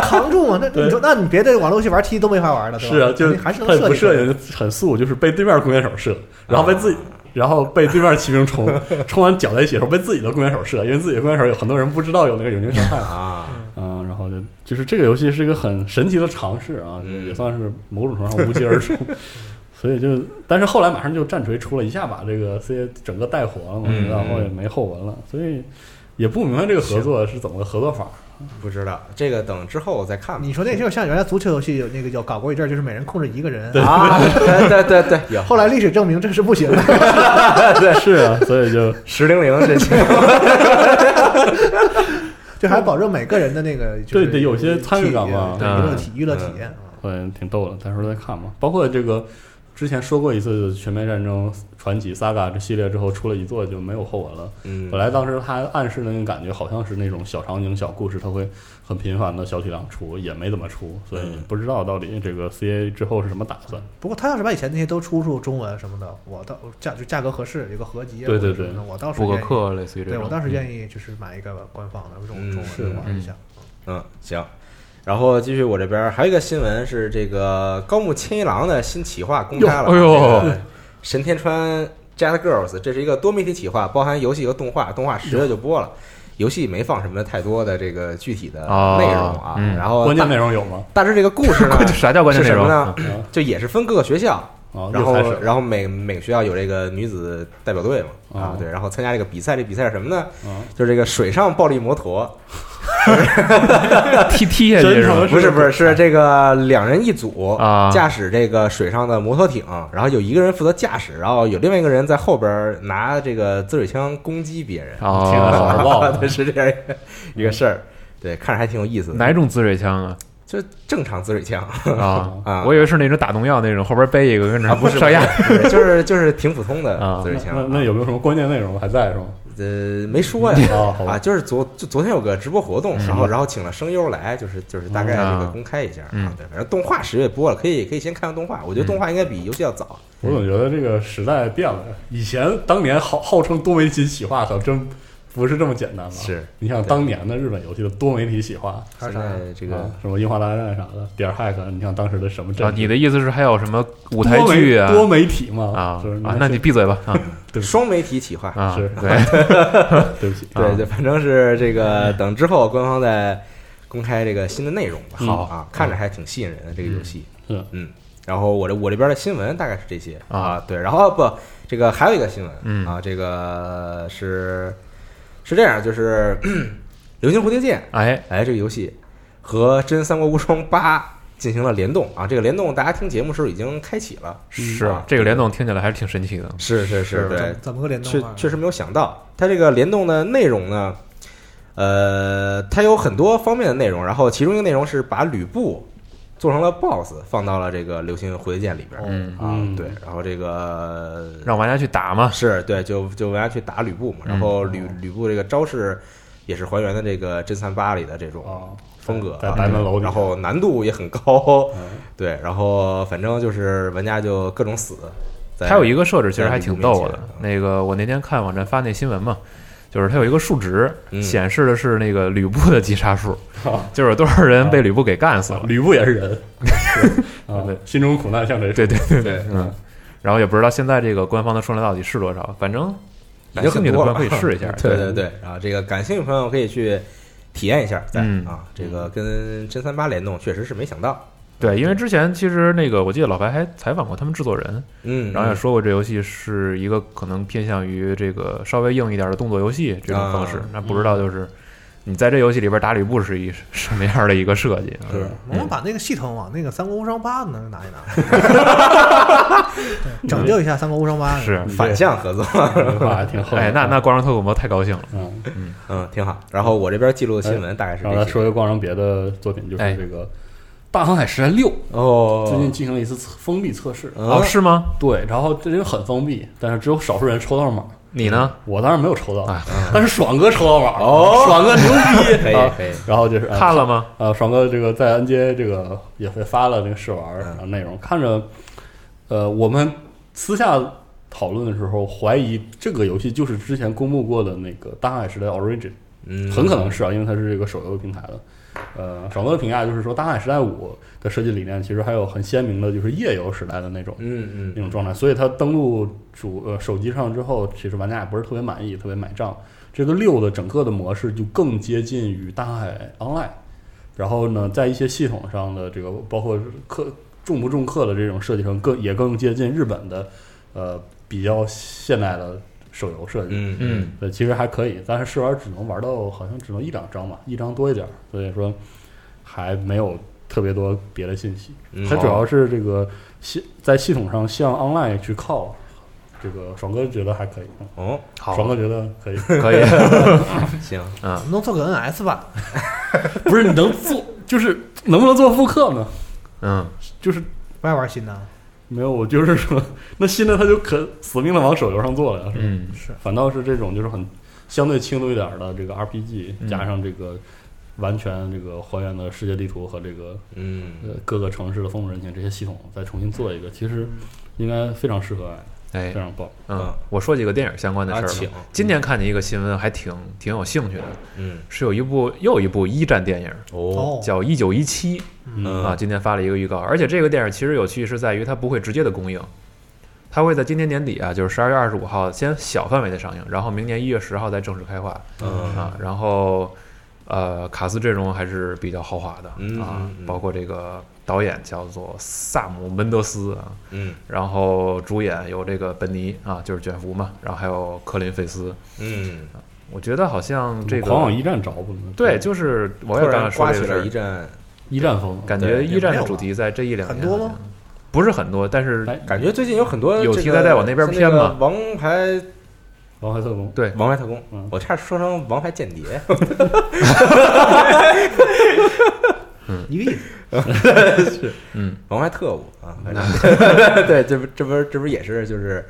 D: 扛住嘛。那
C: 对
D: 你说，那你别的网络游戏玩 T 都没法玩了，对吧
C: 是啊，就
D: 肯定还是能
C: 他也不
D: 设
C: 射
D: 计的。
C: 也很素，就是被对面弓箭手射，然后被自己，
A: 啊
C: 然后被对面骑兵冲，冲完搅在一起的时候被自己的弓箭手射，因为自己的弓箭手有很多人不知道有那个永久伤害，
A: 啊，
C: 嗯，然后就就是这个游戏是一个很神奇的尝试啊，
A: 嗯
C: 也算是某种程度上无疾而终。 *laughs* 所以就，但是后来马上就战锤出了一下把这个 C 整个带火了嘛，
A: 嗯
C: 然后也没后文了，所以也不明白这个合作是怎么个合作法。
A: 不知道这个等之后再看吧。
D: 你说那就像原来足球游戏有那个有搞过一阵儿，就是每人控制一个人，
A: *laughs* 啊，对对对对，
B: *laughs*
A: 有
D: *laughs* 后来历史证明这是不行的。
C: *laughs* 对，是啊，所以就
A: 十零零这些，
D: 就还保证每个人的那
C: *laughs*
D: 个就是
C: 对得有些参与感嘛
D: 对，
B: 嗯
D: 娱乐体娱乐体验啊。
C: 嗯，挺逗的，到时候再看吧。包括这个之前说过一次《全面战争传奇》Saga 这系列之后出了一座就没有后文了。
A: *laughs* 嗯
C: 本来当时他暗示的那个感觉好像是那种小场景、小故事，它会很频繁的小体量出，也没怎么出，所以
A: 嗯
C: 不知道到底这个 CA 之后是什么打算。
D: 不过他要是把以前那些都出出中文什么的，我倒价就价格合适，有个合集啊
C: 对对
D: 或者什么的我倒是
B: 补个
D: 愿意，
B: 课类似于这
D: 对我
B: 种。嗯
D: 倒是愿意就是买一个官方的这种
A: 嗯
D: 中
A: 是
D: 文的玩一下。
A: 嗯，行。然后继续我这边儿还有一个新闻是这个高木千一郎的新企划公开了，
B: 哟哎呦
A: 这个神天川 Jet Girls，这是一个多媒体企划，包含游戏和动画，动画十月就播了。游戏没放什么太多的这个具体的
B: 哦
A: 内容啊，
B: 嗯
A: 然后
C: 关键
A: 大
C: 内容有吗？
A: 大致这个故事呢
B: 啥 *laughs* 叫关键
A: 是
B: 内
A: 什么
B: 容？
A: 呢？就也是分各个学校，
C: 啊，
A: 然
C: 又开始
A: 后
C: 了
A: 然后每每个学校有这个女子代表队嘛，啊
C: 哦
A: 对，然后参加这个比赛，这比赛是什么呢？
C: 啊，
A: 就是这个水上暴力摩托，
B: 踢踢下去
C: 真
B: 是
C: 诚
B: 吧？
A: 不是不是是这个两人一组
B: 啊
A: 驾驶这个水上的摩托艇，然后有一个人负责驾驶，然后有另外一个人在后边拿这个滋水枪攻击别人，
C: 听着好
B: 哦，
C: 玩爆
A: *laughs* 对，是这样一个一个事儿，对，看着还挺有意思的，
B: 哪种滋水枪
A: *laughs*
B: 啊？
A: 就正常滋水枪，啊
B: 啊，我以为是那种打农药那种，后边背一个跟着
A: 啊不是
B: 上压。
A: 对就是就是挺普通的
B: 啊
A: 滋
C: 那
A: 水
C: 那
A: 枪，
C: 那有没有什么关键内容还在是吗？
A: 呃，没说呀。
C: 啊，好
A: 啊，
C: 吧，
A: 就是昨就昨天有个直播活动，
B: 哦嗯
A: 然后然后请了声优来，就是就是大概这个公开一下
B: 嗯
A: 啊，对，反正动画十月播了，可以可以先看看动画，我觉得动画应该比游戏要早，
C: 我总觉得这个时代变了，以前当年号号称多媒体企划，可真不是这么简单
B: 嗯
C: 吧？
A: 是
C: 你想当年的日本游戏的多媒体企划，
D: 还
A: 啊现
D: 有啥呀？
A: 在这个哦
C: 啊什么樱花大战啥的，点儿 hack，你想当时的什么阵
B: 啊，
C: 势？
B: 你的意思是还有什么舞台剧啊？
C: 多媒多媒体嘛
B: 啊
C: 就是
B: 啊，那你闭嘴吧啊
C: 对不起
A: 双媒体企划，
B: 啊！
C: 是
B: 对，
C: *laughs* 对不起，
B: 啊嗯
A: 对对，反正是这个等之后官方再公开这个新的内容吧，
C: 嗯
A: 好啊，看着还挺吸引人的这个游戏，
C: 嗯
A: 嗯，然后我这我这边的新闻大概是这些
B: 啊
A: 啊，对，然后不这个还有一个新闻，
B: 嗯
A: 啊，这个是是这样，就是 *clears throat* 《流星蝴蝶剑》。
B: 哎，
A: 哎，这个游戏和《真三国无双八》进行了联动啊！这个联动大家听节目时候已经开启了，
B: 嗯
C: 嗯
B: 是
A: 啊
B: 这个联动听起来还是挺神奇的。
A: 是是
B: 嗯
A: 是，对
D: 怎，怎么个联动啊
A: 确
D: 法？
A: 确实没有想到，它这个联动的内容呢，呃，它有很多方面的内容，然后其中一个内容是把吕布做成了 BOSS，放到了这个《流星蝴蝶剑》里边儿、
B: 嗯，
A: 啊
C: 嗯，
A: 对，然后这个
B: 让玩家去打嘛。
A: 是对，就就玩家去打吕布嘛，然后吕吕布这个招式也是还原的这个《真三八》里的这种。
C: 啊，
A: 风格啊
C: 在白门楼里，
A: 然后难度也很高，
C: 嗯
A: 对，然后反正就是玩家就各种死。在
B: 它有一个嗯设置其实还挺逗
A: 在
B: 的
A: 里面。
B: 那个我那天看网站发那新闻嘛，就是它有一个数值
A: 嗯
B: 显示的是那个吕布的击杀 *laughs* 数，
C: 啊
B: 就是有多少人被吕布给干 *laughs* 死了。
C: 吕布也是人，是啊
B: 对，
C: 心中苦难向谁说？
B: 对对对
A: 对
B: 嗯。然后也不知道现在这个官方的数量到底是多少，反正
A: 已
B: 感
A: 经
B: 兴
A: 很
B: 趣的
A: 多
B: 朋友
A: 了，。
B: 可以试一下 *laughs*
A: 对对对，然后这个感兴趣朋友可以去体验一下，在
B: 嗯
A: 啊，这个跟真三八联动确实是没想到，
B: 对，因为之前其实那个我记得老白还采访过他们制作人，
A: 嗯，
B: 然后也说过这游戏是一个可能偏向于这个稍微硬一点的动作游戏这种方式
A: 啊。
B: 那不知道就是你在这游戏里边打吕布是一什么样的一个设
A: *laughs*
B: 计啊？
A: 对，
D: 我想把那个系统往那个《三国无双八》那儿拿一拿，对拯救一下《三国无双八》。
B: 是，
A: 反向合作，
C: 话还挺厚的。
B: 哎，那那光荣特库摩太高兴了。
C: 嗯，
A: 嗯，挺好。然后我这边记录的新闻大概是
C: 然后
A: 这
C: 再
A: 些。
C: 说一个光荣别的作品，就是
B: 哎
C: 这个《大航海时代六》
A: 哦，
C: 最近进行了一次测封闭测试。
A: 嗯
B: 哦，是吗？
C: 对，然后这因为很封闭，但是只有少数人抽到码。
B: 你呢？
C: 我当然没有抽到
B: 哎，
C: 但是爽哥抽到码了。
A: 哦
C: 爽哥牛逼！
A: *laughs* 可以
B: 哦
C: 啊
A: 可以
C: 然后就是
B: 看了吗？
C: 呃，爽哥这个在 NGA 这个也会发了那个试玩儿
A: 嗯
C: 然后内容，看着呃我们私下讨论的时候怀疑这个游戏就是之前公布过的那个《大航海时代 Origin》，
A: 嗯，
C: 很可能是啊，因为它是这个手游平台的。呃，爽哥的评价就是说，《大航海时代五》的设计理念其实还有很鲜明的，就是页游时代的那种
A: 嗯
C: 那
A: 嗯
C: 种状态，所以它登录主呃手机上之后，其实玩家也不是特别满意，特别买账。这个六的整个的模式就更接近于大航海 online，然后呢，在一些系统上的这个包括客重不重客的这种设计上更也更接近日本的呃比较现代的手游设计。
A: 嗯嗯
B: 嗯，
C: 对，其实还可以，但是试玩只能玩到好像只能一两张吧，一张多一点儿，所以说还没有特别多别的信息。
A: 嗯
C: 它主要是这个系在系统上向 online 去靠，这个爽哥觉得还可以，嗯
A: 哦，
B: 好，
C: *laughs* 爽哥觉得可以，
B: 可以。
A: 行，
D: 能不能做个 NS 版？
C: 不是你能做，就是能不能做复刻呢？
B: 嗯，
C: 就是
D: 不爱玩新的啊，
C: 没有，我就是说，那新的他就可死命的往手游上做了呀，
B: 嗯，
C: 反倒是这种就是很相对轻度一点儿的这个 RPG，、
B: 嗯
C: 加上这个完全这个还原的世界地图和这个
A: 嗯，
C: 呃各个城市的风土人情这些系统，再重新做一个，其实应该非常适合爱，
B: 嗯哎
C: 非，常棒。
B: 嗯，我说几个电影相关的
A: 啊，
B: 事儿
A: 请
B: 吧。，今年看见一个新闻，还挺挺有兴趣的，
A: 嗯，
B: 是有一部又一部一战电影，
A: 哦，
D: 哦，
B: 叫《一九一七》
A: 嗯
B: 啊，今天发了一个预告，而且这个电影其实有趣是在于它不会直接的公映，它会在今年年底啊，就是十二月二十五号先小范围的上映，然后明年一月十号再正式开画
A: 嗯
B: 啊，然后呃，卡斯阵容还是比较豪华的
A: 嗯
B: 啊
A: 嗯，嗯
B: 包括这个导演叫做萨姆·门德斯啊，
A: 嗯
B: 然后主演有这个本尼啊，就是卷福嘛，然后还有科林·费斯，
A: 嗯，
B: 我觉得好像这个
C: 狂往一战找补呢，
B: 对，就是我也
A: 突
B: 刚
A: 然
B: 才说
A: 刮
B: 这
A: 起
B: 个事
A: 了一
B: 儿，
A: 阵，
C: 一战风，
B: 感觉
A: 对
B: 一战
D: 也没
B: 的
D: 有
B: 主题在这一两
D: 很
B: 年
D: 多
B: 好
D: 吗
B: 像不是很多，但是
C: 哎，
A: 感觉最近有很多
B: 有
A: 这
B: 题
A: 个
B: 材在往那边
A: 像
B: 偏
A: 个
B: 嘛
A: 王牌
C: 王牌特工，
B: 对
A: 王牌特工
C: 嗯，
A: 我差点说成王牌间谍， *laughs*
D: 一个意思。
B: 嗯，
A: 王牌特务啊，反正 *laughs* 对，这不这不这不也是就是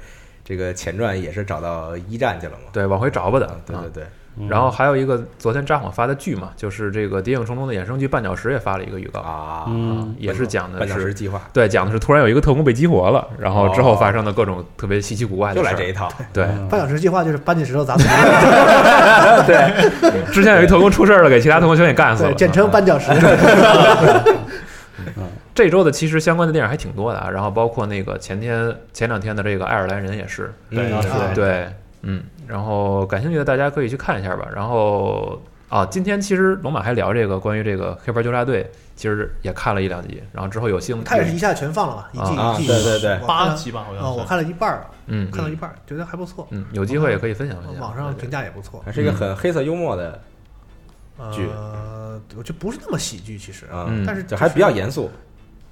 A: 这个前传也是找到一战去了嘛，
B: 对，往回找吧的
A: 啊，，对对对，
C: 嗯
B: 然后还有一个昨天扎谎发的剧嘛，就是这个《谍影重重》的衍生剧《绊脚石》也发了一个预告，
A: 啊，
C: 嗯，
B: 也是讲的
A: 半小时
B: 是
A: 计划
B: 对，讲的是突然有一个特工被激活了，然后之后发生的各种特别稀奇古怪的
A: 就
B: 事
A: 来
B: 儿。
A: 这一套，
B: 对，
C: 嗯
D: 半小时计划就是搬起石头砸土，
A: 嗯
B: 之前有一特工出事儿了，给其他特工全给干死
A: *laughs*
D: 对，
B: 了。
D: 简
B: 嗯
D: 称绊脚石。
B: 这周的其实相关的电影还挺多的啊，然后包括那个前天前两天的这个爱尔兰人也是，
C: 对
A: 嗯
C: 啊
A: *laughs*
D: 是
B: 对，嗯，然后感兴趣的大家可以去看一下吧。然后啊，今天其实龙马还聊这个关于这个黑袍纠察队，其实也看了一两集，然后之后有兴
D: 他也是
B: 趣，
D: 一下全放了吧？一季
A: 啊
D: 一季，
A: 对对对
D: 我看了
E: 八集吧，好像
D: 啊，
E: 是。
D: 我看了一半儿，
B: 嗯
D: 看到一半儿，觉得还不错，
B: 嗯，有机会也可以分享分享。
D: 网上
B: 对
D: 评价也不错。
A: 还是一个很黑色幽默的剧
D: 呃，我觉得不是那么喜剧，其实，
A: 啊，
B: 嗯
D: 但是
A: 就是还比较严肃，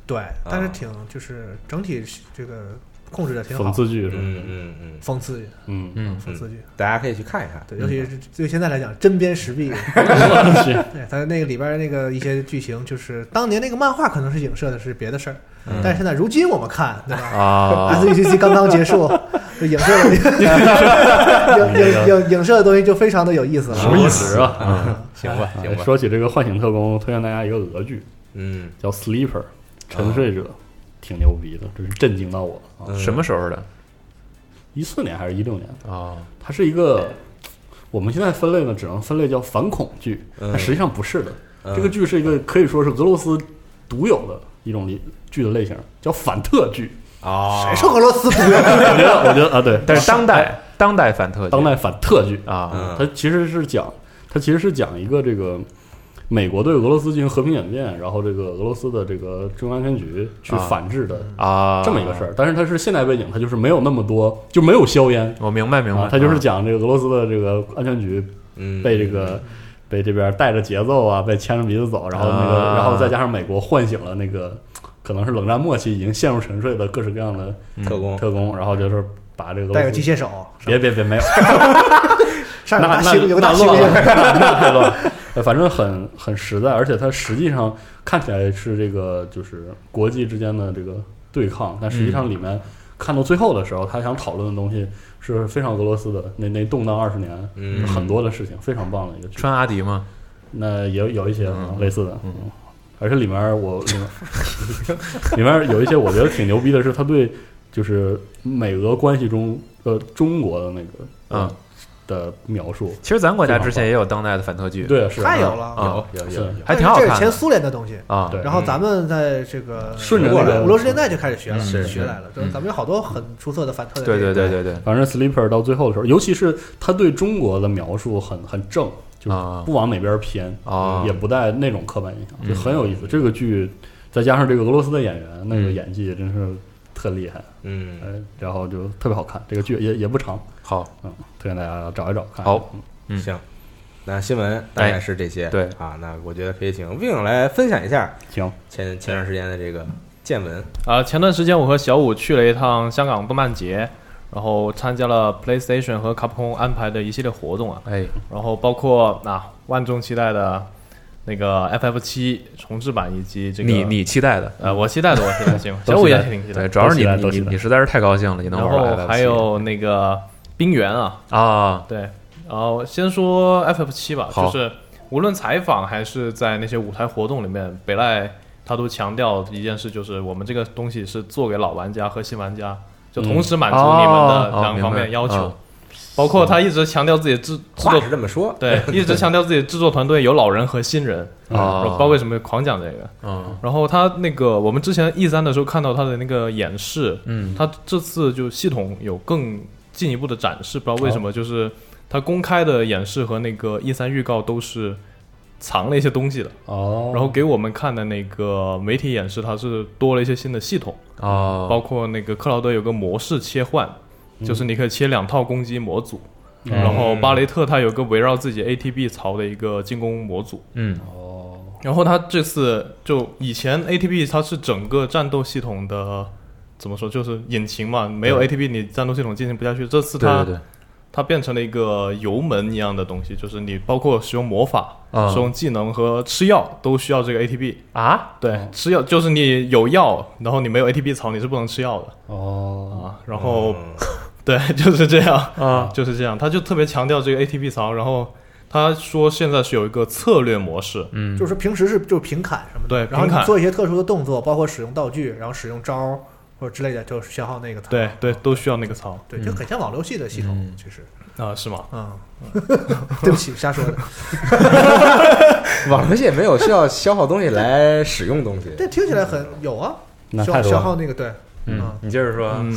D: 对，但是挺就是整体这个控制的挺
C: 讽
D: 好，
C: 刺剧是吧？
A: 嗯嗯嗯，
D: 讽刺
C: 嗯，
B: *laughs*
C: *laughs*
B: 嗯
D: 讽刺剧。
A: 大家可以去看一看，
D: 对，尤其是对现在来讲，针砭时弊。
C: 是
D: 对，它那个里边儿那个一些剧情，就是当年那个漫画可能是影射的是别的事儿，
A: 嗯
D: 但是现在如今我们看，对吧？
B: 啊
D: S，U G C 刚刚结束，就影射的影影影影射的东西就非常的有意思了。
C: 什么意思啊？
B: 嗯
A: 行吧行吧，
C: 说起这个唤醒特工，推荐大家一个俄剧
A: 嗯，
C: 叫《Sleeper》，沉睡者，挺牛逼的，真是震惊到我啊！
A: 嗯
B: 什么时候的
C: 一四年还是一六年？
B: 啊？
C: 它是一个我们现在分类呢，只能分类叫反恐剧，
A: 嗯
C: 但实际上不是的。
A: 嗯
C: 这个剧是一个可以说是俄罗斯独有的一种类剧的类型，叫反特剧。
A: 啊，
D: 谁说俄罗斯不对？
C: 我觉得，我觉得啊，对，
B: 但是当代当代反特辑
C: 当代反特剧
B: 啊，
A: 嗯
C: 它其实是讲，它其实是讲一个这个美国对俄罗斯进行和平演变，然后这个俄罗斯的这个中央安全局去
B: 啊
C: 反制的
B: 啊，
C: 这么一个事儿。但是它是现代背景，它就是没有那么多，就没有硝烟
B: 我明白明
C: 啊
B: 白，，
C: 它就是讲这个俄罗斯的这个安全局
A: 嗯
C: 被这个被这边带着节奏啊，被牵着鼻子走，然后那个，
B: 啊
C: 然后再加上美国唤醒了那个，可能是冷战末期已经陷入沉睡的各式各样的
A: 特工
C: 特工，然后就是把这个
D: 带个机械手，
C: 别别别没有，
D: 上
C: 那
D: 面大
C: 那
D: 猩有个大
C: 那
D: 猩
C: 乱了，
D: 猩， *laughs*
C: 那那太乱了。呃反正很很实在，而且它实际上看起来是这个就是国际之间的这个对抗，但实际
B: 嗯
C: 上里面看到最后的时候，他想讨论的东西是非常俄罗斯的那那动荡二十年，
A: 嗯
C: 很多的事情，非常棒的一个剧。
B: 穿阿迪吗？
C: 那也有有一些
B: 嗯
C: 类似的，嗯，而且里面儿我里面儿里面儿有一些我觉得挺牛逼的是，他对就是美俄关系中呃中国的那个
B: 嗯
C: 的描述，
B: 其实咱国家之前也有当代的反特剧，
C: 对，是
D: *laughs* 太有
B: 啊
D: 了，
A: 有有
C: 呃
A: 有有，
B: 还挺好
D: 但是这
B: 看
D: 是前
B: 的
D: 苏联的东西，
B: 啊。
C: 对
D: 然后咱们在这个
C: 顺
A: 着
D: 俄
A: 那个
D: 俄罗斯现代就开始学了，
A: 是
D: 学来了，就是咱们有好多很出色的反特的
B: 对
D: 电
B: 对
D: 影，
B: 对对对，
C: 反正 Sleeper 到最后的时候，尤其是他对中国的描述很很正，就是
B: 啊
C: 不往哪边偏，
B: 啊
C: 也不带那种刻板印象，
B: 嗯
C: 就很有意思。这个剧再加上这个俄罗斯的演员，那个
B: 嗯
C: 演技真是特厉害，
A: 嗯，
C: 呃，然后就特别好看。这个剧也也不长，
B: 好，
C: 嗯，推荐大家找一找看。
B: 好
C: 嗯，
B: 嗯
A: 行，那新闻大概是这些，
B: 对
A: 啊，那我觉得可以请 Win 来分享一下
C: 行，
A: 前前段时间的这个见闻，
E: 啊，前段时间我和小五去了一趟香港动漫节，然后参加了 PlayStation 和 Capcom 安排的一系列活动啊，
B: 哎，
E: 然后包括啊万众期待的那个 FF 七重置版以及这个
B: 你你期待的，
E: 呃，我期待的，我期待
B: *laughs*
E: 行，
C: 都
E: 小五
C: 期
E: 也
C: 待
E: 挺期待
B: 对，
E: 的。
B: 主要是你
C: 都期待
B: 你
C: 都期
B: 你
C: 待
B: 你实在是太高兴了，你能
E: 然
B: 玩儿
E: 后
B: FF7
E: 还有那个冰原啊，
B: 啊，
E: 对，然后先说 FF 七吧，
B: 好
E: 就是无论采访还是在那些舞台活动里面，北赖他都强调一件事，就是我们这个东西是做给老玩家和新玩家，就同时满足你们
B: 哦
E: 的
B: 哦
E: 两
B: 明
E: 方面
B: 白
E: 的要
B: 嗯
E: 求，包括他一直强调自己制制
A: 话
E: 作
A: 是这么说，
E: 对，一直强调自己制作团队有老人和新人，
B: 啊，
E: 不知道为什么狂讲这个。
B: 嗯
E: 然后他那个我们之前 E 三的时候看到他的那个演示，
B: 嗯
E: 他这次就系统有更进一步的展示，不知道为什么，就是他公开的演示和那个 E 三预告都是藏了一些东西的。
C: 哦，
E: 然后给我们看的那个媒体演示，它是多了一些新的系统，
B: 哦，
E: 包括那个克劳德有个模式切换，就是你可以切两套攻击模组，
C: 嗯
E: 然后巴雷特他有个围绕自己 ATB 槽的一个进攻模组。
B: 嗯
C: 哦，
E: 然后他这次就以前 ATB 它是整个战斗系统的怎么说，就是引擎嘛，没有 ATB 你战斗系统进行不下去。这次
B: 对
E: 它
B: 对对，
E: 它变成了一个油门一样的东西，就是你包括使用魔法、
B: 嗯
E: 使用技能和吃药都需要这个 ATB。
B: 啊，
E: 对，吃药就是你有药，然后你没有 ATB 槽你是不能吃药的
C: 哦，
E: 啊。然后、
A: 嗯
E: 对， *laughs* 就是这样
B: 啊，
E: 就是这样。他就特别强调这个 ATB 槽，然后他说现在是有一个策略模式，
B: 嗯，
D: 就是平时是就是平砍什么的，
E: 对
D: 然后
E: 平
D: 你
E: 砍
D: 做一些特殊的动作，包括使用道具，然后使用招儿或者之类的，就是消耗那个槽。
E: 对对，都需要那个槽。
D: 对，
B: 嗯
D: 就很像网络游戏的系
C: 嗯
D: 统，其实，
E: 啊，是吗？
D: 嗯， *laughs* 对不起，瞎说的。
A: 网游戏也没有需要消耗东西来使用东西，
D: 这听起来很有啊，
C: 那
D: 消
C: 太多
D: 消
C: 了。
D: 耗那个对，
B: 嗯，你接着说啊，
E: 嗯，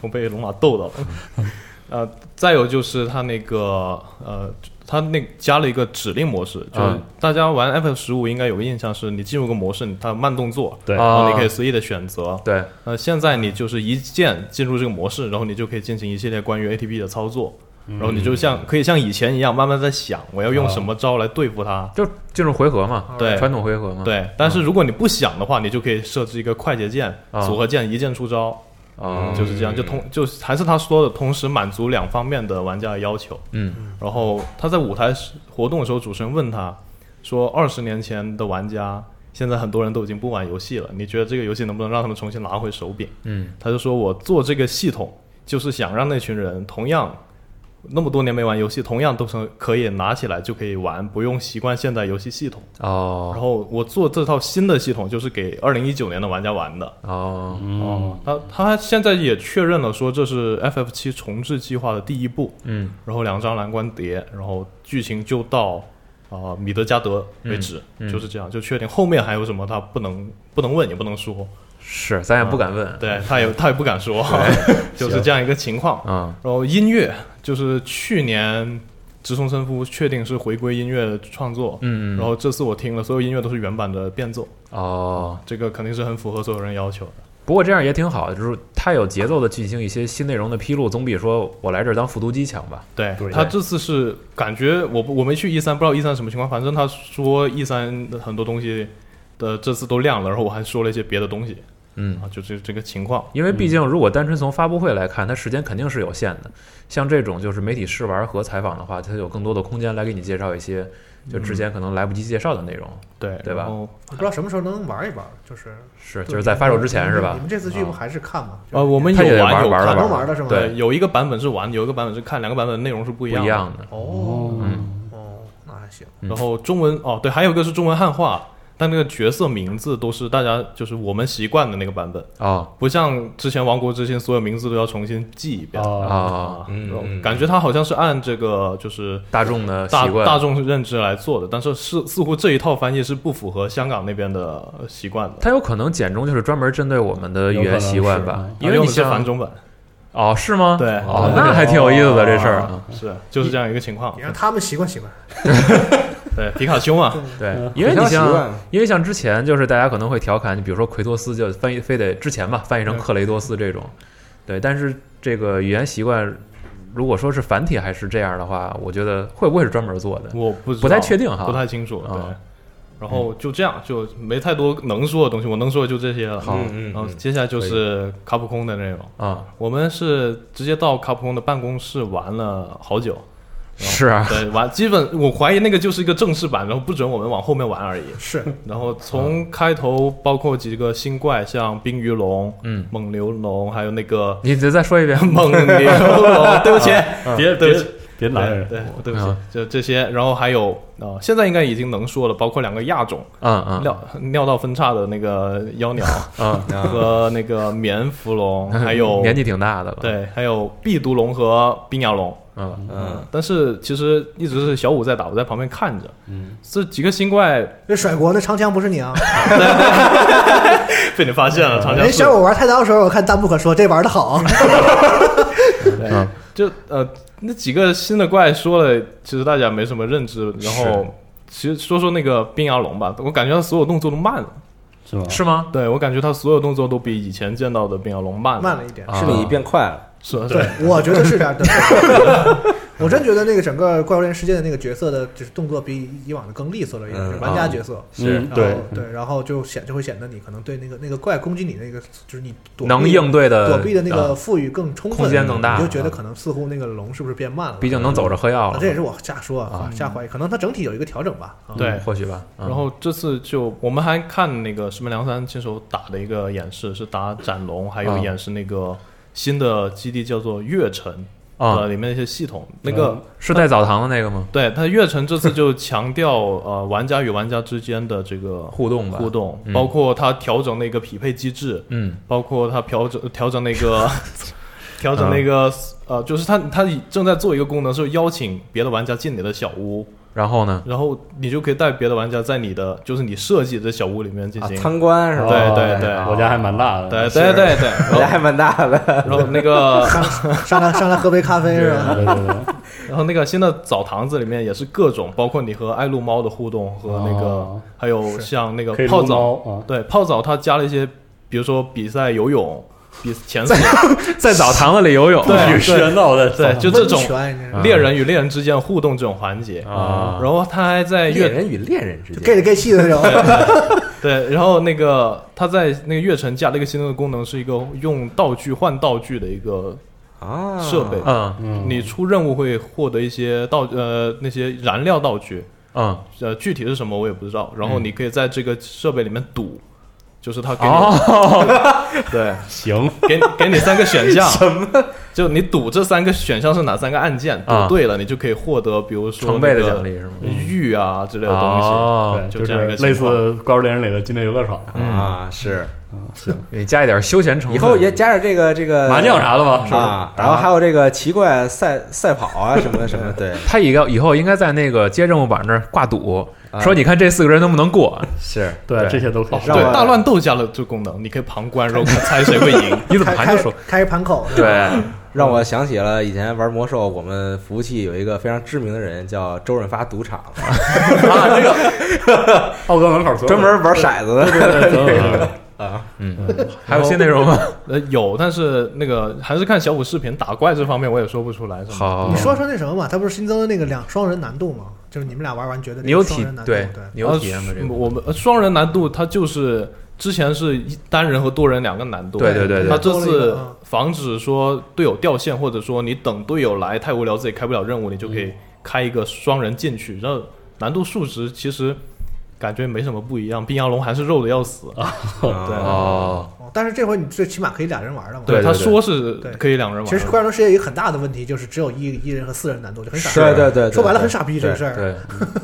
E: 我被龙马逗到了。
B: 嗯
E: 呃，再有就是他那个呃，他那加了一个指令模式，就是
B: 嗯
E: 大家玩 F 十五应该有个印象是，你进入个模式，它有慢动作，
C: 对
E: 然哦后你
B: 啊
E: 可以随意的选择。
B: 对，
E: 呃，现在你就是一键进入这个模式，然后你就可以进行一系列关于 ATB 的操作，然后你就像可以像以前一样慢慢在想我要用什么招来对付它。
B: 就进入回合嘛，
E: 对
B: 传统回合嘛，
E: 对，但是如果你不想的话，你就可以设置一个快捷键、
B: 啊
E: 组合键，一键出招。
B: 啊，
E: 就是这样，就同就还是他说的，同时满足两方面的玩家的要求。
B: 嗯
E: 然后他在舞台时活动的时候，主持人问他说：“二十年前的玩家，现在很多人都已经不玩游戏了，你觉得这个游戏能不能让他们重新拿回手柄
B: 嗯？”
E: 他就说：“我做这个系统，就是想让那群人同样那么多年没玩游戏，同样都是可以拿起来就可以玩，不用习惯现代游戏系统。然
B: 哦
E: 后我做这套新的系统，就是给二零一九年的玩家玩的。”
B: 哦，
E: 嗯
C: 哦，
E: 他他现在也确认了，说这是 FF 七重置计划的第一步，
B: 嗯
E: 然后两张蓝光碟，然后剧情就到啊、呃米德加德为止，
B: 嗯嗯
E: 就是这样，就确定后面还有什么他不能不能问也不能说，
B: 嗯是，咱也不敢问，
E: 对他也他也不敢说， *laughs* 就是这样一个情况。
B: 嗯
E: 然后音乐就是去年直松伸夫确定是回归音乐创作，
B: 嗯，
E: 然后这次我听了所有音乐都是原版的变奏，
B: 哦，
E: 这个肯定是很符合所有人要求的。
B: 不过这样也挺好的，就是它有节奏的进行一些新内容的披露，总比说我来这儿当复读机强吧。
E: 对
C: 对
E: 他这次是感觉我不我没去 E 三，不知道 E 三什么情况，反正他说 E 三的很多东西的这次都亮了，然后我还说了一些别的东西
B: 嗯，
E: 啊，就这这个情况。
B: 因为毕竟如果单纯从发布会来看，它时间肯定是有限的。像这种就是媒体试玩和采访的话，它有更多的空间来给你介绍一些就之前可能来不及介绍的内容。
E: 对
B: 对吧
E: 然后
D: 不知道什么时候能玩一玩，就是
B: 是，就是在发售之前是吧嗯啊
D: 你？们这次剧不还是看吗？
E: 呃，我们
B: 他也
E: 有
B: 得
E: 玩
B: 玩
E: 有
B: 玩
E: 看
B: 了
D: 都玩了是吗？
B: 对，
E: 有一个版本是玩，有一个版本是看，两个版本的内容是不
B: 不
E: 一样的。
B: 的。
D: 哦
B: 嗯
D: 哦，那还行。
B: 嗯
E: 然后中文哦，对，还有一个是中文汉化，但那个角色名字都是大家就是我们习惯的那个版本，
B: 哦
E: 不像之前《王国之心》所有名字都要重新记一遍。
C: 啊，
B: 哦，
A: 嗯
E: 然后
A: 嗯
E: 感觉他好像是按这个就是
B: 大众的
E: 大
B: 习惯，
E: 大众认知来做的，但是是似乎这一套翻译是不符合香港那边的呃习惯的，
B: 它有可能简中就是专门针对我们的语言习惯
C: 有可
B: 吧
C: 能，
B: 因为
E: 用
B: 你
E: 的是繁
B: 像
E: 中版，
B: 哦是吗？
E: 对
B: 哦，那还挺有意思的这事儿。
C: 哦
E: 是就是这样一个情况
D: 你。让他们习惯习惯，
E: 对，皮卡丘嘛，
B: *laughs* 对
C: 嗯，
B: 因为
A: 非
B: 你
A: 常习
B: 像，
A: 惯
B: 因为像之前就是大家可能会调侃，比如说奎托斯就翻译非得之前吧翻译成克雷多斯这种，对，但是这个语言习惯，如果说是繁体还是这样的话，我觉得会不会是专门做的？
E: 我不知
B: 不
E: 道
B: 太确定哈
E: 不太清楚。对
B: 啊，
E: 然后就这样，就没太多能说的东西，我能说的就这些了。
B: 好
A: 嗯嗯
E: 然后
A: 嗯
E: 接下来就是卡普空的内容。
B: 啊，
E: 我们是直接到卡普空的办公室玩了好久，
B: 是啊，
E: 对，玩基本我怀疑那个就是一个正式版，然后不准我们往后面玩而已。
D: 是
E: 然后从开头包括几个新怪，像冰鱼龙、
B: 嗯，
E: 蒙牛龙，还有那个 *laughs*
B: 你再再说一遍嗯
E: 蒙牛龙，对不起，
C: 别别
E: 对不起
C: 别
E: 对
C: 男人，
E: 对，对不起
B: 啊，
E: 就这些。然后还有啊，现在应该已经能说了，包括两个亚种
B: 嗯嗯
E: 尿尿道分叉的那个妖鸟
B: 嗯，
A: 啊，
E: 和那个棉蝠龙，
B: *laughs*
E: 还有
B: 年纪挺大的了，，
E: 哎对，还有壁毒龙和冰牙龙。
B: 嗯
A: 嗯，
E: 但是其实一直是小五在打，我在旁边看着。
C: 嗯，
E: 这几个新怪
D: 那甩锅那长枪不是你啊？
E: *coughs* 被你发现了，长江
D: 人小我玩太刀的时候，我看弹幕可说这玩的好
B: *laughs*
D: 啊，
E: 对，就呃那几个新的怪说了，其实大家没什么认知。然后其实说说那个冰牙龙吧，我感觉它所有动作都慢了。
C: 是吗？
B: 是吗？
E: 对我感觉它所有动作都比以前见到的冰牙龙慢了。
D: 慢了一点。
B: 啊
A: 是你变快了，
E: 是吧？
D: 对，我觉得是这样的。 *laughs* 我真觉得那个整个《怪物猎人世界》的那个角色的，就是动作比以往的更利索了一
A: 嗯
D: 点，就是玩家角色。
B: 是
C: 嗯
D: 然后
C: 对
D: 对，然后就显就会显得你可能对那个那个怪攻击你那个，就是你躲避
B: 能应对的
D: 躲避的那个
B: 嗯
D: 富裕更充分，
B: 空间更大啊
D: 你就觉得可能似乎那个龙是不是变慢了？
B: 毕竟能走着喝药
D: 啊
B: 了，嗯
D: 这也是我瞎说啊
B: 啊，
D: 瞎怀疑，可能它整体有一个调整吧。啊
E: 对
B: 或许吧。嗯
E: 然后这次就我们还看那个石门梁山亲手打的一个演示，是打斩龙，还有
B: 嗯
E: 演示那个新的基地叫做月城
B: 啊嗯
E: 呃，，里面的一些系统。那个、
B: 是在澡堂的那个吗？
E: 对它月城这次就强调 *laughs* 呃玩家与玩家之间的这个
B: 互动吧，
E: 互，动，
B: 嗯
E: 包括它调整那个匹配机制，
B: 嗯，
E: 包括它调整调整那个 *laughs* 调整那个、呃，就是它它正在做一个功能，是邀请别的玩家进你的小屋，
B: 然后呢？
E: 然后你就可以带别的玩家在你的就是你设计的小屋里面进
A: 啊
E: 行，
A: 参观是吧？
E: 对对对
C: 哦我家还蛮大的，
E: 对对对对，然
A: 我
E: 后
A: 家
B: *laughs*
A: 还蛮大的，
E: 然后那个
D: 上来上来喝杯咖啡
B: 啊
D: 是吧？
C: 对对对，
E: 然后那个新的澡堂子里面也是各种，包括你和爱撸猫的互动和那个，
C: 哦
E: 还有像那个
C: 可以
E: 泡
C: 撸
E: 澡，
C: 猫啊，
E: 对泡澡它加了一些，比如说比赛游泳、比潜水，
B: 在澡堂子里游泳，
E: *laughs* 对
C: 女神闹的，
E: 对，就这种
D: 温泉你知道吗
E: 猎人与猎人之间互动这种环节。
B: 啊，
E: 然后他还在
A: 猎
E: 月
A: 人与猎人之
D: 就 gay
A: 间，
D: 里 gay 气的那种。
E: 对，然后那个他在那个月城加了一个新的功能，是一个用道具换道具的一个
A: 啊，
E: *laughs* 设备
B: 嗯
C: 嗯，
E: 你出任务会获得一些道呃那些燃料道具，
B: 嗯，
E: 呃具体是什么我也不知道。然后你可以在这个设备里面赌，就是他给你、
B: 哦，
E: 对
A: 啊
C: 行，
E: *laughs* 给你给你三个选项，什么？就你赌这三个选项是哪三个按键，
B: 啊
E: 赌对了你就可以获得，比如说
B: 成倍的奖励是吗？
E: 玉啊之类的东西。
B: 哦
C: 对，，
E: 就
C: 啊就
E: 这样
C: 是
E: 一个情
C: 类似《怪物猎人》里的境内游乐场，
A: 啊，是，
C: 行，
B: 你加一点休闲成分，
A: 以后也加上这个这个
C: 麻将啥的嘛，是吧
A: 啊？，然后还有这个奇怪赛赛跑啊什么什么，对，
B: 他以后以后应该在那个接任务板那儿挂赌，
A: 啊
B: 说你看这四个人能不能过，
A: 是
C: 对
B: 对
C: 这些都可以
E: 哦，
A: 让
E: 对，
A: 我
E: 大乱斗加了这功能，你可以旁观，然后看猜谁会
B: *laughs*
E: 赢。
B: *laughs* 你怎么
D: 开
B: 还能说？
D: 开开盘口？
B: 对，
A: 让我想起了以前玩魔兽，我们服务器有一个非常知名的人叫周润发赌场，
C: 啊，这个奥哥门口所有
A: 专门玩骰子的。
C: *laughs* 对对对对对
A: 啊，
B: 嗯，还有新内容吗？
E: 呃，有，但是那个还是看小五视频打怪这方面，我也嗯说不出来什么。
B: 好，
D: 你说说那什么嘛？他不是新增的那个两双人难度吗？就是你们俩玩完觉得这
B: 你有
D: 个
B: 体
D: 双人难度
B: 对
D: 对，
B: 你有体验吗？这个
E: 我们呃双人难度它就是之前是一单人和多人两个难度，
B: 对对对对
E: 它这
D: 多了一
E: 次
D: 个嗯
E: 防止说队友掉线，或者说你等队友来太无聊自己开不了任务，你就可以开一个双人进去，然后难度数值其实感觉没什么不一样，冰阳龙还是肉的要死啊，对
B: 哦，
D: 哦，但是这回你最起码可以俩人玩了嘛。
B: 对
E: 他说是
D: 对
E: 可以两人玩
D: 其实《
E: 的，
D: 怪兽世界》有一个很大的问题，就是只有一一人和四人难度，就很傻。
B: 是
A: 对对对，
D: 说白了
A: 对
D: 很傻逼这个事儿。
B: 哦对，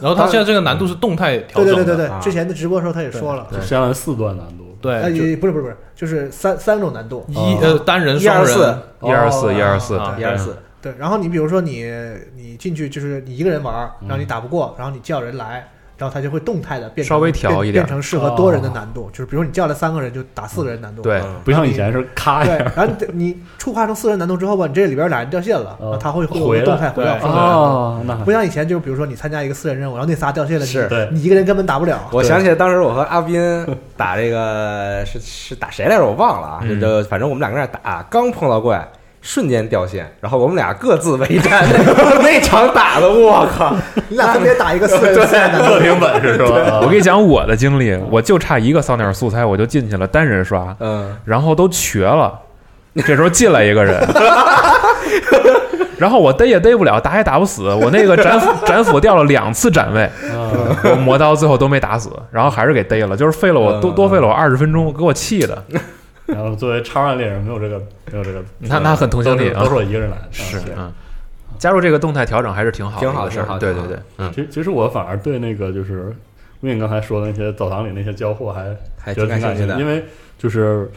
E: 然后他现在这个难度是动态调
D: 对对
E: 整的，
D: 对对对，
A: 啊
D: 之前的直播时候他也说了，
C: 就相当于四段难度。
E: 对
D: 呃，
E: 就
D: 也不是不是不是，就是三三种难度。
E: 一呃单人
A: 一
E: 双
A: 二
E: 人
A: 四
C: 啊
B: 一二
D: 哦
B: 四一二四
E: 啊
A: 一二，四，
D: 对，然后你比如说你你进去就是你一个人玩儿，然后你打不过，然后你叫人来，然后他就会动态的变成
B: 稍微调一点
D: 变变成适合多人的难度，就是比如你叫了三个人就打四个人难度。啊
B: 对
A: 嗯
C: 不像以前是咔一
D: 对
C: 下，
D: 然后你你触发成四人难度之后吧，你这里边俩人掉线了，
C: 哦
D: 然后他会会
C: 回来
D: 动态回到
E: 对
B: 啊
D: 四个人
C: 哦，那还 *laughs*
D: 不像以前就是比如说你参加一个四人任务，然后那仨掉线了，你
A: 是
C: 对
D: 你一个人根本打不了。
A: 我想起来当时我和阿斌打这个是是打谁来着，我忘了啊。
B: 嗯
A: 就反正我们两个人打，刚碰到怪，瞬间掉线，然后我们俩各自为战。 *laughs* 那场打的，我靠！
D: 你俩分别打一个四人四人难度
C: 测，评本事是吧？啊
B: 我跟你讲我的经历，我就差一个扫鸟素材，我就进去了单人刷，
A: 嗯，
B: 然后都瘸了，这时候进来一个人， *laughs* 然后我逮也逮不了，打也打不死，我那个斩斧斩斧掉了两次斩位，
C: 啊
B: 我磨刀最后都没打死，然后还是给逮了，就是费了我多
A: 嗯
B: 多费了我二十分钟，给我气的，
C: 然后作为超人猎人，没有这个，没有这个，
B: 那那很同情你
C: 都
B: 啊
C: 是都是我一个人来的，
B: *laughs* 是
C: 啊
B: 嗯。加入这个动态调整还是挺好的一
A: 挺好
B: 个事儿，
A: 挺好
B: 对
A: 挺
B: 对
A: 好
B: 对，嗯，
C: 其实其实我反而对那个就是魏颖刚才说的那些澡堂里那些交互还
A: 还
C: 觉
A: 哎
C: 得挺
A: 挺感兴
C: 感
A: 趣
C: 兴
A: 的
C: 趣，因为就是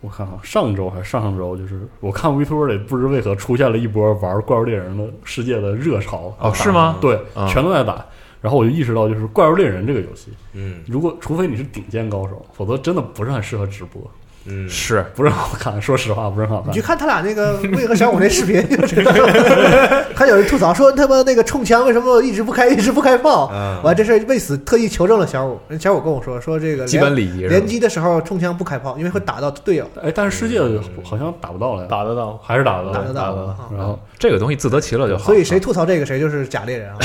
C: 我看啊，上周还是上上周，啊就是我看 VTuber 里不知为何出现了一波玩《怪物猎人》的世界的热潮，
B: 哦是吗？
C: 对
B: 啊，
C: 全都在打。然后我就意识到，就是《怪物猎人》这个游戏，
A: 嗯
C: 如果除非你是顶尖高手，否则真的不是很适合直播，
A: 嗯，
B: 是
C: 不是很好看。说实话，不是很好看
D: 你去。看他俩那个魏和小五那视频就知道 *laughs* 了。还有人吐槽说他妈那个冲枪为什么一直不开，一直不开炮？
A: 嗯
D: 完这事儿为此特意求证了小五，人小五跟我说说这个
A: 基本礼仪是
D: 联
A: 吧嗯
D: 机的时候冲枪不开炮，因为会打到队友，
C: 哎，但是世界好像打不到了呀，
E: 打得到，
C: 还是
A: 哦
C: 打得
D: 打得到
C: 到，
D: 啊
C: 到。然后
B: 这个东西自得其乐就好。
D: 所以谁吐槽这个谁就是假猎人啊。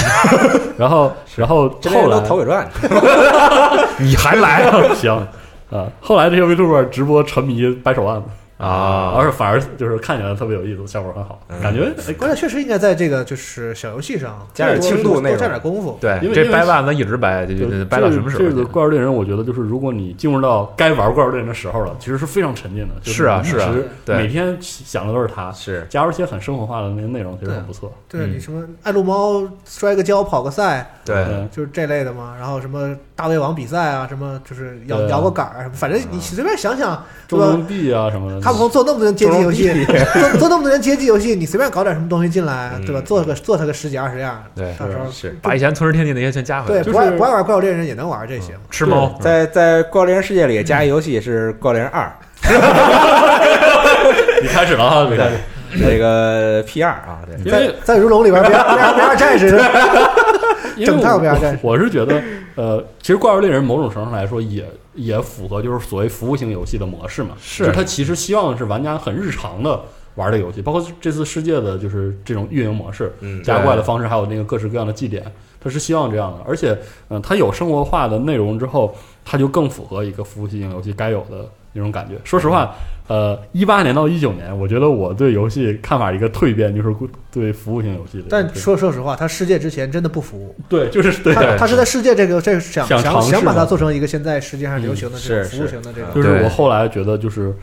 C: 然后，然后
A: 这
C: 后
A: 边
C: 来
A: 都头给转去，
B: 你还
C: *laughs*
B: 来啊？
C: 行啊，后来这些 Vtuber 直播沉迷掰手腕子
B: 啊，嗯
C: 而反而就是看起来特别有意思，效果很好，感觉哎，
D: 关键确实应该在这个就是小游戏上
A: 加点
D: 多
A: 轻度
D: 多
A: 内容
D: 多占点功夫。
B: 对
C: 因，为
B: 这
C: 因为
B: 掰腕子一直掰，就
C: 就
B: 就掰到什么时候
C: 这
B: 去？
C: 个怪物猎人，我觉得就是如果你进入到该玩怪物猎人的时候了，其实是非常沉浸的。就是
B: 啊
C: 你一
B: 是啊
C: 直
B: 对
C: 每天想的都是它，
A: 是
C: 加入一些很生活化的那些内容，其实
D: 对
C: 很不错。
D: 对
B: 嗯
D: 你什么爱撸猫摔个跤跑个赛，
B: 对，
C: 嗯，
D: 就是这类的嘛。然后什么大胃王比赛啊，什么就是摇
C: 对啊
D: 摇个杆儿啊什么，反正
A: 嗯
D: 你随便想想，是
C: 中
D: 吧？
C: 东地啊什么的，
D: 他普通做那么多年街机游戏， *laughs* 做做那么多年街机游戏，你随便搞点什么东西进来，
A: 嗯
D: 对吧？做个做它个十几二十样，
B: 对
D: 到时候
A: 是。
B: 把以前《吞食天地》那些全加回
D: 对
B: 来，
D: 不爱不爱玩怪物猎人也能玩这些嘛。
B: 吃猫嗯
A: 在在《怪物猎人世界》里加一游戏是《怪物猎人二 *laughs*
C: 你开始了啊哈，你开始，》，
A: 这个 P 二啊，对，
C: 因为
D: 在在如龙
C: *laughs*
D: 里边，别别别二战士，
C: 因为
D: 整套
C: 我 *laughs*
D: 不要干
C: 我我是觉得，呃，其实《怪物猎人》某种程度上来说也也符合就是所谓服务型游戏的模式嘛，
B: 是
C: 就它其实希望是玩家很日常的玩的游戏，包括这次世界的就是这种运营模式，
A: 嗯，
C: 加怪的方式，还有那个各式各样的祭典，它是希望这样的。而且，嗯、它有生活化的内容之后，它就更符合一个服务型游戏该有的那种感觉。说实话，呃，一八年到一九年，我觉得我对游戏看法一个蜕变，就是对服务型游戏的。
D: 但说说实话，他世界之前真的不服，
C: 对，就是对，
D: 他他是在世界这个这个想
C: 想
D: 想
C: 尝试
D: 想把它
C: 嘛
D: 做成一个现在世界上流行的这
A: 是
D: 种服
A: 是
D: 务型的这种
C: 就。
B: 对
C: 是我嗯后来觉得，就是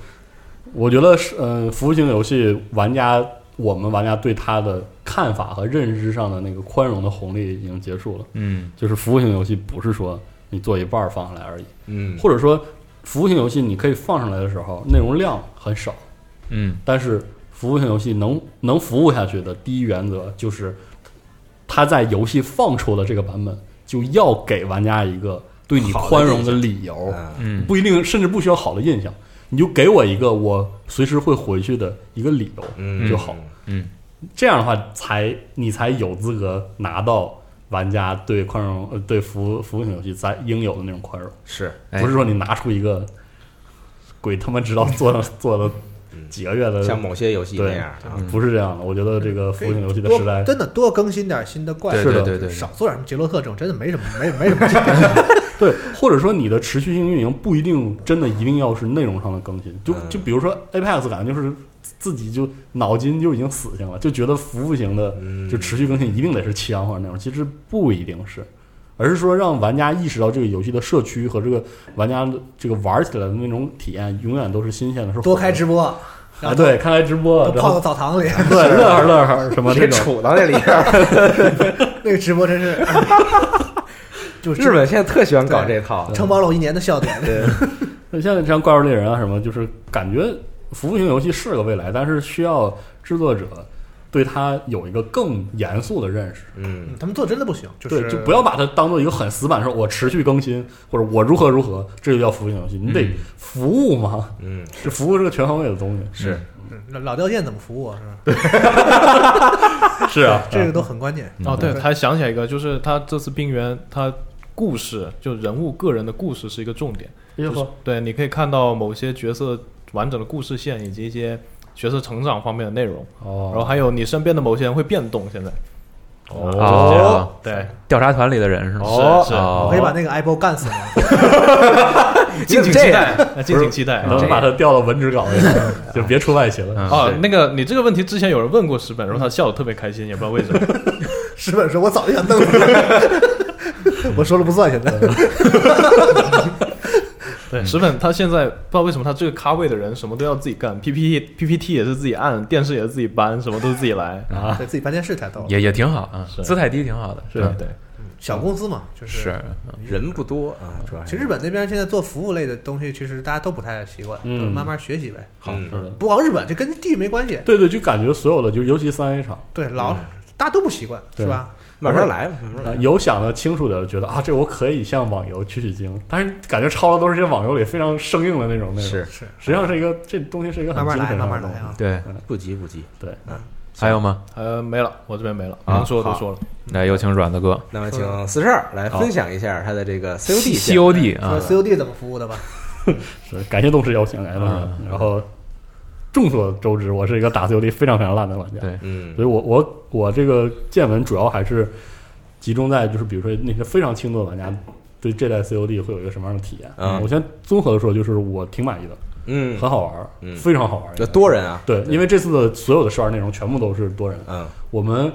C: 我觉得是，呃，服务型游戏玩家，我们玩家对它的看法和认知上的那个宽容的红利已经结束了。
B: 嗯，
C: 就是服务型游戏不是说你做一半儿放上来而已。
A: 嗯，
C: 或者说服务性游戏你可以放上来的时候，内容量很少，
B: 嗯，
C: 但是服务性游戏能能服务下去的第一原则就是，它在游戏放出的这个版本就要给玩家一个对你宽容的理由，
A: 嗯
B: 嗯
C: 不一定甚至不需要好的印象，你就给我一个我随时会回去的一个理由，
A: 嗯
C: 就好，
B: 嗯，
C: 这样的话才你才有资格拿到。玩家对宽容，呃，对服务服务型游戏在应有的那种宽容，
A: 是
B: 哎
C: 不是说你拿出一个鬼他妈知道做了做了几个月的，
A: 像某些游戏那样啊，
C: 不是这样的。我觉得这个服务性游戏的
D: 多
C: 时代，
D: 真的多更新点新的怪，
A: 对
C: 是的
A: 对对对，
D: 少做点杰洛特这种，真的没什么没没什么劲。
C: 对，或者说你的持续性运营不一定真的一定要是内容上的更新，就
A: 嗯
C: 就比如说 Apex 感觉就是自己就脑筋就已经死性了，就觉得服务型的
A: 嗯
C: 就持续更新一定得是七阳或者那种，其实不一定是，而是说让玩家意识到这个游戏的社区和这个玩家的这个玩起来的那种体验永远都是新鲜的，是
D: 多
C: 火的
D: 开直播， *laughs*
C: 啊，
D: 然后
C: 对，开开直播
D: 都，
C: 然
D: 泡到
C: 后 *laughs*
D: 澡堂里，
C: 对
D: *laughs*
C: 乐呵乐呵什么这
A: 别
C: 种，
A: 杵到那 *laughs* 里边儿。
D: 那个直播
C: *laughs*
D: 真是， *laughs* 就是
A: 日本现在特喜欢搞这套，
C: 嗯
D: 承包了我一年的笑点。
A: 对，
C: 那现在像怪物猎人啊什么，就是感觉服务型游戏是个未来，但是需要制作者对它有一个更严肃的认识。
A: 嗯，
D: 嗯他们做真的不行，就
C: 对，
D: 是
C: 就不要把它当做一个很死板，说我持续更新或者我如何如何，这就叫服务型游戏。你得
B: 嗯
C: 服务嘛，
A: 嗯，
C: 这服务是个全方位的东西。
A: 是
D: 嗯老老掉线怎么服务啊？是吧？
C: 是啊，
D: 这个都很关键。
E: 哦，对，
D: 对
E: 还想起来一个，就是他这次冰原，他故事就人物个人的故事是一个重点，
C: 哎呦
E: 就是
C: 呵
E: 对，你可以看到某些角色完整的故事线以及一些角色成长方面的内容，然后
C: 哦，
E: 还有你身边的某些人会变动，现在
B: 哦，这样啊
E: 对，
B: 调查团里的人是吗？
A: 哦
E: 是
B: 哦
D: 我可以把那个 Apple 干死吗？
E: 敬
A: 嗯
E: 请
A: 这
E: 期
A: 样
E: 待，呃敬请期待啊
C: 能把它调到文职稿里
D: *laughs*
C: 去，就别出外勤了。
B: 嗯
E: 哦，那个你这个问题之前有人问过石本，然后他笑得特别开心，也不知道为什么。
D: *laughs* 石本说：“我早就想弄死了， *laughs* 我说了不算。”现在
E: 对，石本他现在不知道为什么他这个咖位的人什么都要自己干，PPT PPT 也是自己按，电视也是自己搬，什么都是自己来。
C: 啊，
D: *laughs* 对自己办件事太逗了。
B: 也也挺好啊，
E: 是
B: 姿态低挺好的，
E: 对
B: 嗯
E: 对，
D: 小公司嘛，就是
B: 是。
A: 人不多啊，主要
D: 其实日本那边现在做服务类的东西，其实大家都不太习惯，
C: 嗯
D: 就慢慢学习呗。
A: 好，
C: 是的，
D: 不光日本，这跟地域没关系。
C: 对对，就感觉所有的，就尤其三 A 厂。
D: 对，老大家都不习惯，
C: 对
D: 是吧？
A: 慢慢来吧，慢
C: 啊
A: 慢
D: 嗯
A: 来。
C: 有想的清楚的，觉得啊，这我可以向网游取取经，但是感觉抄的都是这些网游里非常生硬的那种内容。，
A: 是
D: 是，
C: 实际上是一个这东西是一个很
D: 慢慢
C: 精
D: 来，
C: 神上
D: 慢
C: 的
D: 慢来
C: 东西
D: 啊。
B: 对，
A: 不急不急。
C: 对，
B: 还有吗？
E: 呃，没了，我这边没了，
B: 啊
E: 能说的都
A: 好
E: 说了。
B: 来，有请阮子哥
A: 那么请四十二来分享一下他的这个
B: ，C
A: COD 项
B: O
A: 目
B: D 啊
D: 说，COD 怎么服务的吧？
C: 是感谢动视邀请，感谢动视邀
B: 啊
C: 请。然后众所周知，我是一个打 COD 非常非常烂的玩家，
B: 对
A: 嗯
C: 所以我我我这个见闻主要还是集中在就是比如说那些非常轻度的玩家对这代 COD 会有一个什么样的体验。
A: 嗯
C: 我先综合的说，就是我挺满意的，
A: 嗯，
C: 很好玩儿，
A: 嗯
C: 非常好玩儿。
A: 这多人啊，
C: 对，因为这次的所有的试玩内容全部都是多人。
A: 嗯
C: 我们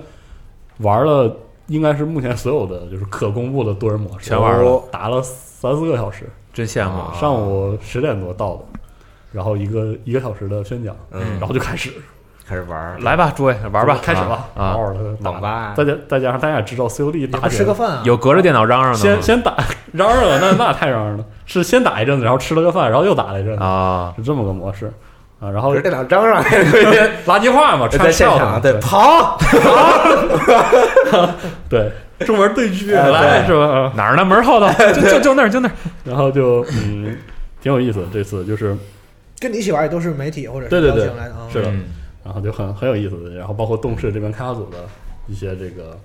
C: 玩了，应该是目前所有的就是可公布的多人模式，
B: 全玩了
C: 我打了三四个小时，
B: 真羡慕。
A: 啊
C: 上午十点多到的，然后一个一个小时的宣讲，
A: 嗯
C: 然，后就开始
A: 开始玩儿
B: 来吧，诸位玩吧，
C: *laughs* 开始
B: 啊
C: 哦吧，
B: 啊！
C: 嗷嗷的打
A: 网吧
C: 再加再加上大家也知道 COD
D: 你
C: 打
D: 不吃
C: 起
D: 个
C: 来。
D: 饭啊？
B: 有隔着电脑嚷嚷的
C: 先 *laughs*
B: 吗？
C: 先打嚷嚷了，那 *laughs* 那太嚷嚷了，是先打一阵子，然后吃了个饭，然后又打了一阵子，
B: 啊，
C: 是这么个模式啊。然
A: 不
C: 后
A: 是电脑嚷嚷，在
C: *laughs* 垃圾话嘛，穿
A: 现
C: 跳
A: 场
C: 嘛
A: 对跑，
C: 对，中文对狙
A: 哎
C: 来是吧？啊
B: 哪儿呢？门后头，就就就那儿，就那儿。
C: 然后就嗯，挺有意思的。这次就是，
D: 跟你一起玩也都是媒体或者
C: 对对对
D: 邀请来的啊。
C: 是的
B: 嗯
C: 然后就很很有意思的。然后包括动视这边开发组的一些这个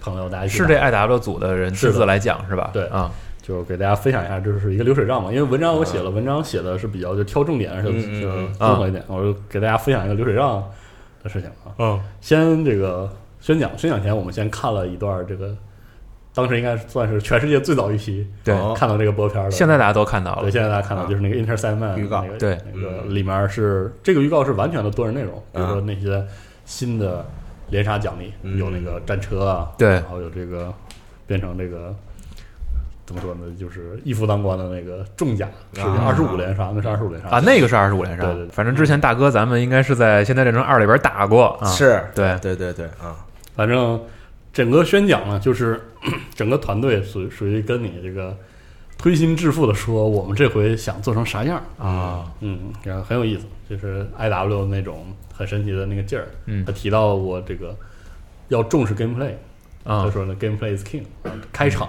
C: 朋友，大家一起
B: 是这 I W 组的人亲
C: 是
B: 自
C: 的
B: 来讲是吧？
C: 对
B: 啊，
C: 就给大家分享一下，就是一个流水账嘛。因为文章我写了，文章写的是比较就挑重点，而且
A: 啊嗯嗯
C: 就
A: 嗯
C: 综合一点，我就给大家分享一个流水账的事情啊。
B: 嗯，
C: 先这个宣讲，宣讲前我们先看了一段这个，当时应该算是全世界最早一批
B: 对，
A: 哦
C: 看到这个播片儿的。
B: 现在大家都看到
C: 对，
B: 了，
C: 现在大家看到
A: 啊
C: 就是那个 Inter Sandman
A: 预告
C: 那个
B: 对
C: 那个里面是这个预告是完全的多人内容，比如
A: 啊
C: 说那些新的连杀奖励，
A: 嗯
C: 有那个战车啊，
B: 对
C: 然后有这个变成这个怎么说呢，就是一夫当关的那个重甲是
A: 啊
C: 二十五连杀，那是二十五连杀
B: 啊，那个是二十五连杀
C: 对对对，
B: 反正之前大哥咱们应该是在《现代战争二》里边打过
C: 嗯
B: 啊，
A: 是，
B: 对，
A: 对对对啊，
C: 反正整个宣讲呢，就是 *clears throat* 整个团队属属于跟你这个推心置腹的说，我们这回想做成啥样儿
B: 啊，
C: 嗯，然后很有意思，就是 I W 那种很神奇的那个劲儿。
B: 嗯
C: 他提到我这个要重视 gameplay，、
B: 啊
C: 他，说呢 gameplay is king，啊开场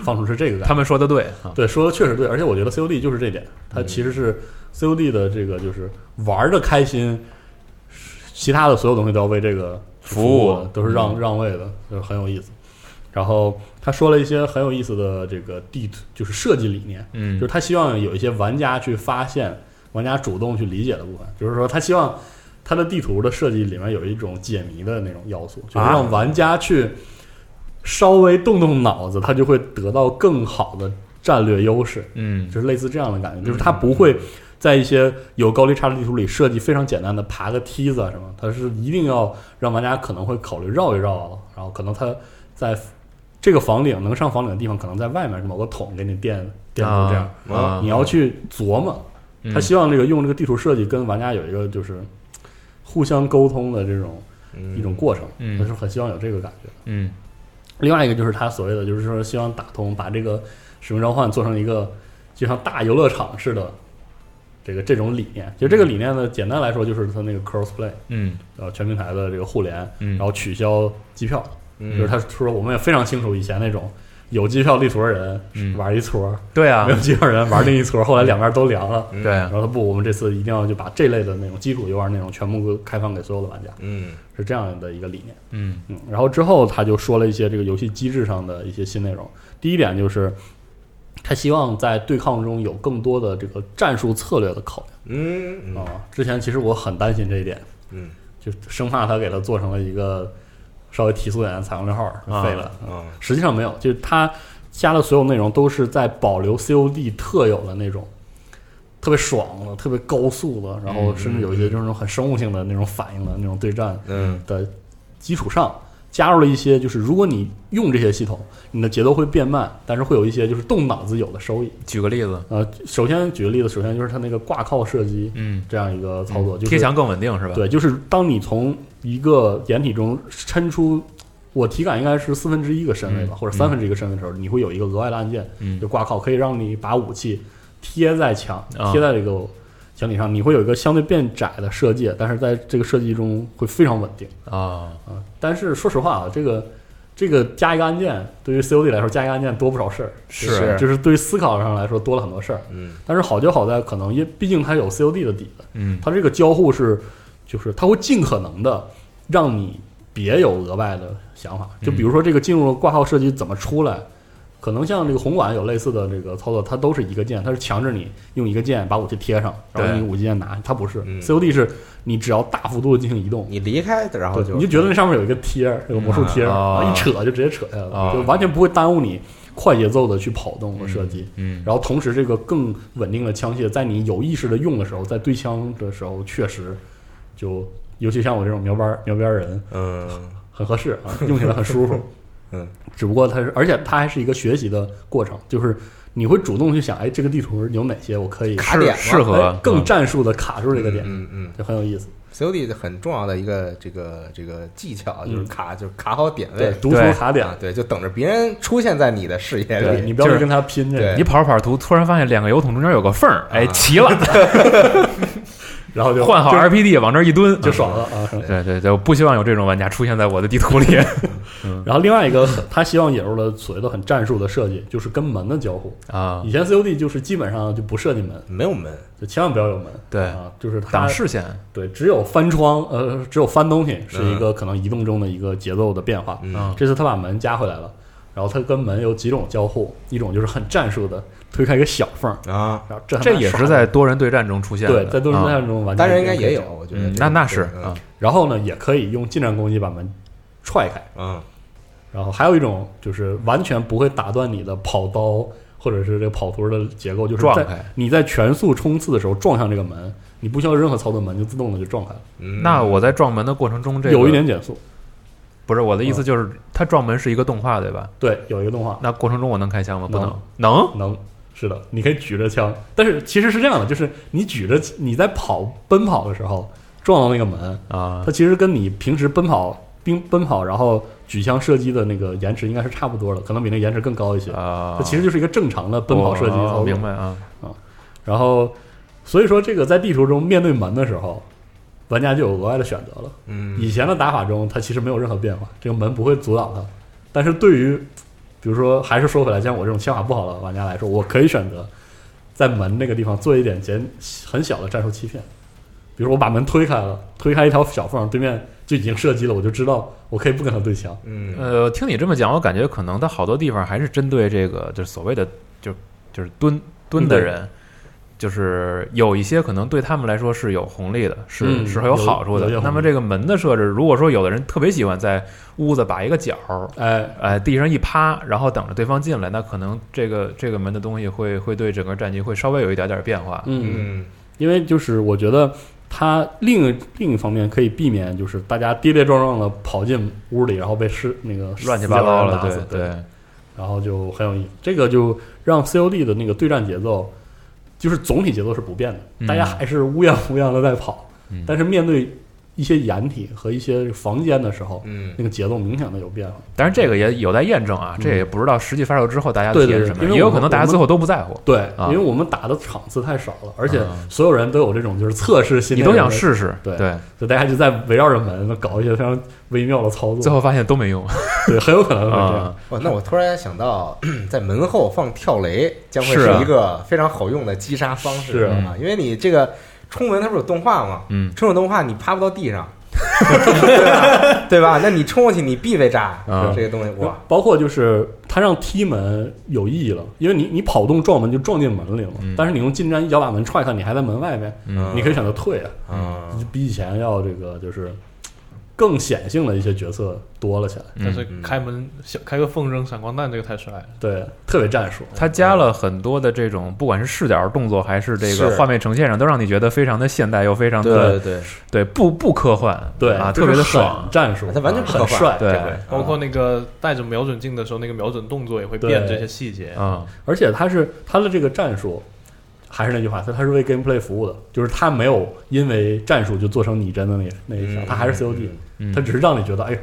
C: 放出是这个感觉
B: 他们说的对啊，
C: 对，说的确实对，而且我觉得 COD 就是这点，
B: 嗯
C: 它其实是 COD 的这个就是玩的开心，其他的所有东西都要为这个
B: 服务嗯
C: 务，都是让让位的，就是很有意思。然后他说了一些很有意思的这个地图，就是设计理念，
B: 嗯
C: 就是他希望有一些玩家去发现、玩家主动去理解的部分，就是说他希望他的地图的设计里面有一种解谜的那种要素，就是
B: 啊
C: 让玩家去稍微动动脑子，他就会得到更好的战略优势，
B: 嗯
C: 就是类似这样的感觉，就是他不会。在一些有高低差的地图里设计非常简单的爬个梯子啊什么，它是一定要让玩家可能会考虑绕一绕，然后可能他在这个房顶能上房顶的地方，可能在外面某个桶给你垫垫住这样，
B: 啊啊
C: 你要去琢磨。
B: 嗯
C: 他希望这个用这个地图设计跟玩家有一个就是互相沟通的这种一种过程，
B: 嗯
C: 他是很希望有这个感觉。
B: 嗯
C: 另外一个就是他所谓的，就是说希望打通，把这个《使命召唤》做成一个就像大游乐场似的这个这种理念。其实这个理念呢，简单来说就是它那个 crossplay，
B: 嗯
C: 呃，全平台的这个互联，
B: 嗯，
C: 然后取消机票，
A: 嗯
C: 就是他说我们也非常清楚以前那种。有机票地图的人
B: 嗯
C: 玩一撮，
B: 对啊
C: 没，有机票的人玩另一撮，后来两边都凉了。
B: 对啊
C: 然，后他不，我们这次一定要就把这类的那种基础游玩内容全部开放给所有的玩家，
A: 嗯
C: 是这样的一个理念。
B: 嗯
C: 嗯，然后之后他就说了一些这个游戏机制上的一些新内容。第一点就是，他希望在对抗中有更多的这个战术策略的考量
A: 嗯嗯
C: 啊。之前其实我很担心这一点，
A: 嗯
C: 就生怕他给他做成了一个稍微提速点的彩虹六号儿
B: 啊
C: 废了。
A: 啊
C: 实际上没有，就是他加的所有内容都是在保留 COD 特有的那种特别爽的、特别高速的，然后甚至有一些这种很生物性的那种反应的那种对战
A: 嗯
C: 的基础上，加入了一些就是如果你用这些系统，你的节奏会变慢，但是会有一些就是动脑子有的收益。
B: 举个例子，
C: 呃，首先举个例子，首先就是它那个挂靠射击
B: 嗯，
C: 这样一个操作，就是
B: 贴墙更稳定是吧？，
C: 对，就是当你从一个掩体中抻出，我体感应该是四分之一个身位吧，
B: 嗯
C: 或者三分之一个身位的时候，你会有一个额外的按键，
B: 嗯
C: 就挂靠，可以让你把武器贴在墙，
B: 啊
C: 贴在这个墙体上，你会有一个相对变窄的设计，但是在这个设计中会非常稳定
B: 啊，
C: 啊。但是说实话啊，这个。这个加一个按键，对于 COD 来说，加一个按键多不少事儿，
B: 是
A: 是
C: 就是对于思考上来说多了很多事儿。
A: 嗯
C: 但是好就好在，可能因毕竟它有 COD 的底子，
B: 嗯
C: 它这个交互是，就是它会尽可能的让你别有额外的想
B: 嗯
C: 法。就比如说这个进入了挂号设计怎么出来，可能像这个红管有类似的这个操作，它都是一个键，它是强制你用一个键把武器贴上，然后
B: 对
C: 用武器键拿，它不是
A: 嗯
C: COD 是你只要大幅度的进行移动。
A: 你离开然后
C: 对，
A: 就
C: 你就觉得那上面有一个贴儿，有个魔术贴儿，
B: 啊
C: 啊一扯就直接扯下来
B: 啊
C: 了，就完全不会耽误你快节奏的去跑动和射击。
B: 嗯
C: 然后同时，这个更稳定的枪械，在你有意识的用的时候，在对枪的时候，确实就尤其像我这种苗边儿苗边儿人，
A: 嗯
C: 很合适啊，用起来很舒服。
A: 嗯，
C: 只不过它是，而且它还是一个学习的过程，就是你会主动去想，哎，这个地图有哪些我可以
A: 卡点嘛
B: 适合嗯
C: 哎更战术的卡住这个点，
A: 嗯嗯
C: 就很有意思。
A: ，COD 很重要的一个这个这个技巧
C: 嗯
A: 就是卡就是卡好点
C: 对
A: 位，
C: 读图
B: 对
C: 卡点
A: 啊，对，就等着别人出现在你的视野
C: 对
A: 里，
C: 你不要
B: 就
C: 去
B: 是
C: 跟他拼这个
A: 对，
B: 你跑着跑着图，突然发现两个油桶中间有个缝儿，哎，
A: 啊
B: 齐
C: *laughs*
B: 了， *laughs*
C: 然后就
B: 换好
C: 就
B: RPD 往这儿一蹲
C: 就。爽了啊！是吧
B: 对对对，我不希望有这种玩家出现在我的地图
C: *laughs*
B: 里。嗯
C: 然后另外一个，他希望引入了所谓的很战术的设计，就是跟门的交互。
B: 啊，
C: 以前 COD 就是基本上就不设计门，
A: 没有门，
C: 就千万不要有门。
B: 对
C: 啊，就是它
B: 挡视线，
C: 对，只有翻窗，呃，只有翻东西是一个可能移动中的一个节奏的变化。
A: 嗯
B: 嗯
C: 这次他把门加回来了，然后他跟门有几种交互，一种就是很战术的推开一个小缝儿，
A: 啊，
C: 然后这还
B: 这
C: 蛮
B: 也
C: 爽
B: 是
C: 的
B: 在多人对战中出现的。
C: 对在多人
B: 啊
C: 战中玩，
A: 单人应该也有，。我觉得
B: 嗯
A: 这，个
B: 那那是啊
A: 嗯，
C: 然后呢，也可以用近战攻击把门踹开。
A: 嗯
C: 然后还有一种就是完全不会打断你的跑刀或者是这个跑图的结构，就是
B: 撞
C: 在
B: 开
C: 你在全速冲刺的时候撞向这个门，你不需要任何操作，门就自动的就撞开了，
A: 嗯，
B: 那我在撞门的过程中，这个
C: 有一点减速。
B: 不是我的意
A: 嗯
B: 思，就是它撞门是一个动画对吧？
C: 对，有一个动画
B: 那过程中我能开枪吗？不
C: 能
B: 能，能
C: 能。是的，你可以举着枪，但是其实是这样的，就是你举着你在跑奔跑的时候撞到那个门，
B: 啊
C: 它其实跟你平时奔跑并奔跑然后举枪射击的那个延迟应该是差不多的，可能比那个延迟更高一些。
B: 啊
C: 它！其实就是一个正常的奔跑射击
B: 哦
C: 操作。
B: 明白啊？
C: 然后，所以说这个在地图中面对门的时候，玩家就有额外的选择了。
A: 嗯
C: 以前的打法中，它其实没有任何变化，这个门不会阻挡它。但是对于，比如说，还是说回来，像我这种枪法不好的玩家来说，我可以选择在门那个地方做一点简很小的战术欺骗，比如说我把门推开了，推开一条小缝，对面就已经射击了，我就知道我可以不跟他对枪。
A: 嗯，
B: 呃，听你这么讲，我感觉可能它好多地方还是针对这个，就是所谓的就就是蹲蹲的
C: 对
B: 人，就是有一些可能对他们来说是有红利的，是、
C: 嗯
B: 是很有好处的
C: 有有。
B: 那么这个门的设置，如果说有的人特别喜欢在屋子把一个角儿。
C: 哎，
B: 哎，地上一趴，然后等着对方进来，那可能这个这个门的东西会会对整个战局会稍微有一点点变化。
C: 嗯，
A: 嗯
C: 因为就是我觉得他另一另一方面可以避免就是大家跌跌撞撞的跑进屋里，然后被是那个
B: 乱七八糟了，
C: 死角人打死
B: 对对，
C: 然后就很有意思。这个就让 COD 的那个对战节奏，就是总体节奏是不变的，
B: 嗯
C: 大家还是乌泱乌泱的在跑，
B: 嗯
C: 但是面对一些掩体和一些房间的时候，
A: 嗯
C: 那个节奏明显的有变化。
B: 当然这个也有待验证啊，这也不知道实际发售之后大家体
C: 嗯对
B: 验
C: 对
B: 是什么
C: 对因
B: 样，
C: 为
B: 也有
C: 我
B: 可
C: 们
B: 能大家最后都不在乎，
C: 对，
B: 啊
C: 因为我们打的场次太少了，而且
B: 啊
C: 所有人都有这种就是测试心理，
B: 你都想，试试，
C: 对嗯
B: 对，
C: 就大家就在围绕着门搞一些非常微妙的操
B: 最
C: 作，
B: 后发现都没用
C: *laughs* 嗯对，很有可能会这样
B: 啊。。
A: 哇，哦那我突然想到， *clears throat* 在门后放跳雷将会
B: 是
A: 是
B: 啊
A: 一个非常好用的击杀方式
C: 是啊
A: 啊，因为你这个冲门它不是有动画吗？
B: 嗯，
A: 冲着动画你趴不到地
C: *laughs*
A: 上，对吧？对吧？那你冲过去你必被炸，
B: 啊
A: 这个东西哇，
C: 包括就是它让踢门有意义了，因为你你跑动撞门就撞进门里了，
B: 嗯
C: 但是你用近战一脚把门踹开，你还在门外面，
B: 嗯
C: 你可以选择退啊，
A: 啊
C: 就比以前要这个就是更显性的一些角色多了起来，
E: 但是
A: 嗯
E: 开门小开个缝扔闪光弹，这个太帅了。
C: 对，特别战术，
B: 它加了很多的这种，不管是视角、动作，还是这个
A: 是
B: 画面呈现上，都让你觉得非常的现代，又非常的
A: 对对，
B: 对不不科幻，
C: 对
B: 啊，
C: 就
B: 特
C: 是
B: 别的
C: 很
B: 爽，
C: 战术，
A: 它完全
C: 啊
A: 不可
C: 很
A: 换
C: 帅，
B: 对
C: 这个
E: 包括那个带着瞄准镜的时候，那个瞄准动作也会
C: 对
E: 变这些细节。
B: 嗯
C: 而且它是它的这个战术，还是那句话，它它是为 gameplay 服务的，就是它没有因为战术就做成拟真的那个那一项，
A: 嗯
C: 它还是 COD，、
B: 嗯，
C: 它只是让你觉得哎呦，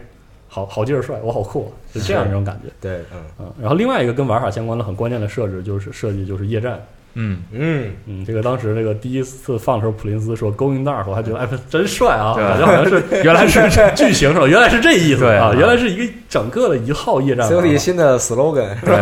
C: 好好劲儿帅，我好酷、啊，就这样一种感觉。
A: 对，嗯
C: 嗯，然后另外一个跟玩法相关的很关键的设置就是设计就是夜战，
B: 嗯，
A: 嗯，
C: 嗯，这个当时这个第一次放的时候，普林斯说 “Going Dark”，我还觉得哎 *laughs* 真帅啊，
B: 对
C: 感觉好像是
B: 原来是
C: 巨型手，原来是这意思
B: 对
C: 啊
B: 啊，
C: 原来是一个整个的一号夜战
A: 嗯所
C: 玩
A: 以
C: 法。
A: 新的 slogan
B: 对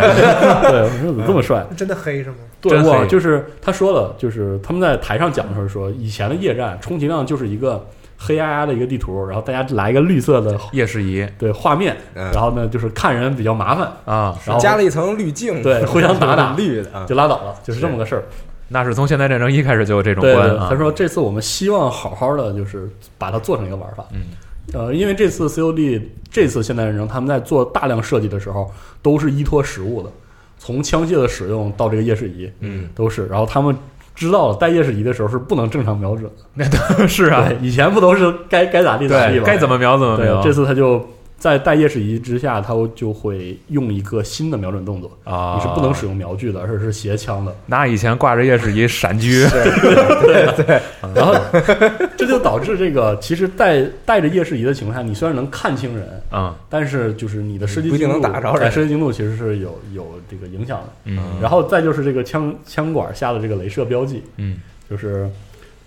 C: 对，我说怎么这么帅？
D: 真的黑是吗？
C: 对，
B: 真
C: 我
B: 黑
C: 就是他说了，就是他们在台上讲的时候说，以前的夜战充其量就是一个黑压压的一个地图，然后大家来一个绿色的
B: 夜视仪
C: 对画面，
A: 嗯
C: 然后呢就是看人比较麻烦，
B: 啊，
C: 然后
A: 加了一层滤镜，
C: 对互相打打
A: 绿的啊，
C: 就拉倒了，就是这么个事儿。
B: 那是从《现代战争一》开始就有这种
C: 对，
B: 观
C: 对
B: 啊。
C: 他说这次我们希望好好的就是把它做成一个玩法，
B: 嗯， *laughs*
C: 呃，因为这次 COD 这次现代战争他们在做大量设计的时候都是依托实物的，从枪械的使用到这个夜视仪
A: 嗯
C: 都是，然后他们知道了带夜视仪的时候是不能正常瞄准。
B: 是啊，
C: 对，以前不都是该该咋地咋地
B: 对，
C: 吧？
B: 该怎么瞄怎么
C: 对
B: 瞄，
C: 这次他就在带夜视仪之下，他就会用一个新的瞄准动作，
B: 啊
C: 你是不能使用瞄具的，而是斜枪的。
B: 拿以前挂着夜视仪闪
C: *laughs*
B: 狙，啊
C: 然后 *laughs* 这就导致这个，其实带带着夜视仪的情况下，你虽然能看清人，
B: 嗯
C: 但是就是你的射击
A: 不一
C: 精
A: 定能
C: 度
A: 打着人
C: 哎射击精度其实是有有这个影响的。
B: 嗯
C: 然后再就是这个枪枪管下的这个镭射标记，
B: 嗯
C: 就是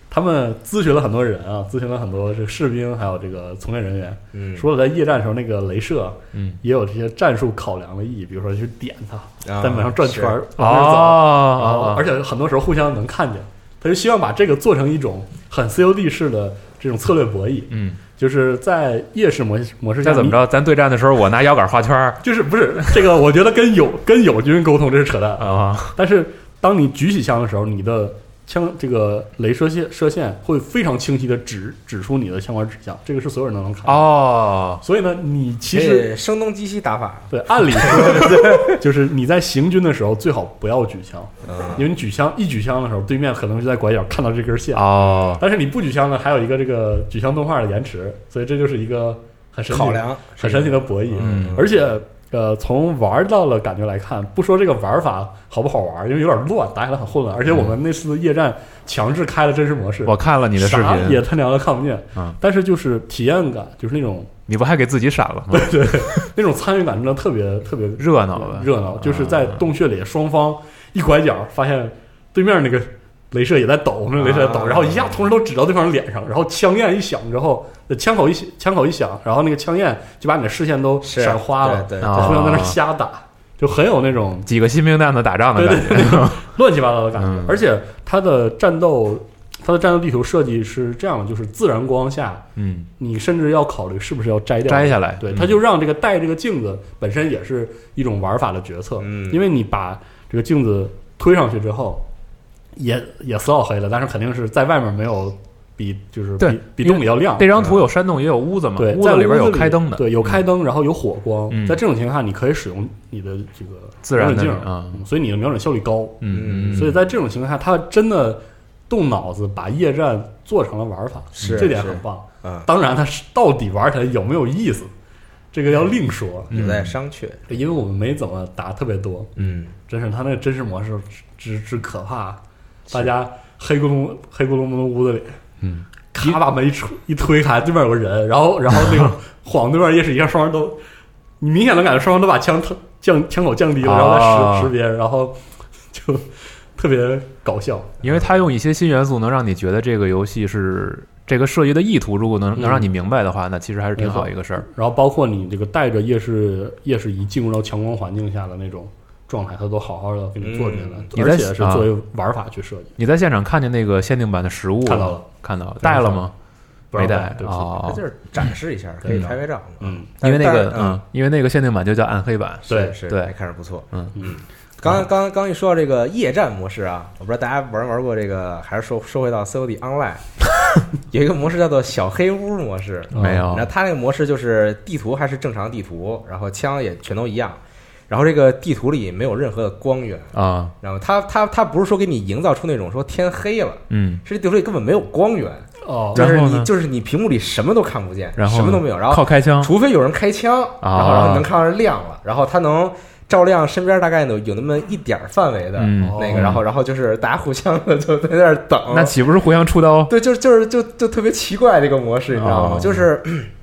C: 他们咨询了很多人啊，咨询了很多这个士兵，还有这个从业人员，
A: 嗯，
C: 说了在夜战时候那个镭射
B: 嗯，
C: 也有这些战术考量的意义，比如说去点它，
A: 啊
C: 在门上转圈儿往那儿走，然后
B: 哦
C: 而，且很多时候互相能看见。他就希望把这个做成一种很 COD 式的这种策略博弈，
B: 嗯。
C: 就是在夜视模式模式下
B: 再怎么着，咱对战的时候，我拿腰杆画圈儿
C: 你？就是不是这个？我觉得跟友跟友军沟通这是扯淡啊。
B: 啊，
C: 但是当你举起枪的时候，你的枪这个镭射线射线会非常清晰的指指出你的枪管指向，这个是所有人都能看到的。
B: 哦，
C: 所以呢，你其
A: 这
C: 实
B: 哎
A: 声东击西打法，
C: 对，按理说就是你在行军的时候最好不要举枪，
B: 嗯
C: 因为你举枪一举枪的时候，对面可能就在拐角看到这根线。
B: 哦，
C: 但是你不举枪呢，还有一个这个举枪动画的延迟，所以这就是一个很神奇
A: 考量
C: 很神奇的博弈。
B: 嗯
C: 而且呃，从玩到了感觉来看，不说这个玩法好不好玩，因为有点乱，打起来很混乱。而且我们那次夜战强制开了真实模式，
B: 我看了嗯你的视
C: 啥嗯也
B: 频，
C: 他娘的看不见
B: 嗯。
C: 但是就是体验感，就是那种
B: 你不还给自己闪了吗？
C: 那种参与感，真的特别特别
B: *laughs* 热闹吧？
C: 热
F: 嗯
C: 闹，就是在洞穴里，双方一拐角，发现对面那个镭射也在抖，
F: 嗯
C: 那镭射在抖，
A: 啊
C: 然后一下同时都指到对方脸上，然后枪焰一响之后，枪口一响枪口一响，然后那个枪焰就把你的视线都
A: 是
C: 闪花了，
A: 对
B: 啊
A: 对，
C: 就互相在那儿瞎打，就很有那种
B: 几个新兵蛋子打仗的
C: 对
B: 感
C: 对
B: 觉，
F: 啊
C: *laughs*
F: 嗯
C: 乱七八糟的感觉
B: 嗯。
C: 而且它的战斗它的战斗地图设计是这样的，就是自然光下，
F: 嗯，
C: 你甚至要考虑是不是要摘掉
F: 摘下来，
C: 对，
F: 嗯
C: 它就让这个戴这个镜子本身也是一种玩法的决策，
A: 嗯
C: 因为你把这个镜子推上去之后，也也扫黑了，但是肯定是在外面没有比就是
B: 对
C: 比比洞里要亮。
B: 这张图有山洞，也有屋子嘛，
C: 对，
B: 屋
C: 在
B: 子里边
C: 屋
B: 有开灯的，嗯
C: 对，有开灯，然后有火光。
F: 嗯
C: 在这种情况下，你可以使用你的这个
B: 自然
C: 瞄
B: 的
C: 准镜
B: 啊，
C: 嗯所以你的瞄准效率高。
F: 嗯嗯，
C: 所以在这种情况下，他真的动脑子把夜战做成了玩法，
A: 是
C: 这点
A: 是
C: 很棒。
A: 啊，
C: 当然，它是到底玩起来有没有意思，这个要另说，
F: 嗯
A: 有待商榷。
C: 因为我们没怎么打特别多。
A: 嗯，
C: 真是他那个真实模式之之之可怕，大家黑咕隆黑咕隆咚的屋子里，
F: 嗯，
C: 咔把门一出一推开，对面有个人，然后然后那个
B: *laughs*
C: 晃对面夜视仪上，双方都，你明显能感觉双方都把枪特降枪口降低了，然后
F: 啊
C: 再识识别，然后就特别搞笑。
B: 因为它用一些新元素能让你觉得这个游戏是这个设计的意图，如果能
C: 嗯
B: 能让你明白的话，那其实还是挺
C: 没错
B: 好一个事儿。
C: 然后包括你这个带着夜视夜视仪进入到强光环境下的那种状态，它都好好的给你做出来了
A: 嗯，
B: 你在
C: 而且是
B: 啊
C: 作为玩法去设计，
B: 你在现场看见那个限定版的实物
C: 看到了，
B: 看到了，
C: 对
B: 带了吗？
C: 不
B: 没
C: 让
B: 带
C: 对不起，
A: 那
B: 哦，
A: 就是展示一下，可以拍拍照。
C: 嗯，
B: 因
A: 但
B: 为
A: 是，
B: 那个
A: 但是
B: 嗯，，因为那个限定版就叫暗黑版，
C: 对
A: 是是，
B: 对
A: 还看着不错。
B: 嗯
C: 嗯，
A: 刚刚刚一说到这个夜战模式啊，我不知道大家玩没玩过这个，还是说说回到 COD
B: *laughs*
A: Online，有一个模式叫做小黑屋模式。
C: 哦
B: 没有
A: 然后，它那个模式就是地图还是正常地图，然后枪也全都一样，然后这个地图里没有任何的光源，
B: 啊，
A: 然后它它它不是说给你营造出那种说天黑了，
B: 嗯，
A: 是这地图里根本没有光源，
C: 哦，
A: 就是
B: 然后呢
A: 你就是你屏幕里什么都看不见，
B: 然后呢
A: 什么都没有，然后
B: 靠开枪
A: 除非有人开枪，然
B: 啊
A: 后然后能看到亮了，然后它能照亮身边大概有有那么一点儿范围的
B: 嗯
A: 那
C: 哦
A: 个，然后然后就是大家互相的就在那儿等，
B: 那岂不是互相出刀？
A: 对，就是就是就就特别奇怪这个模式，你知道吗？
B: 哦
A: 就是 *clears throat*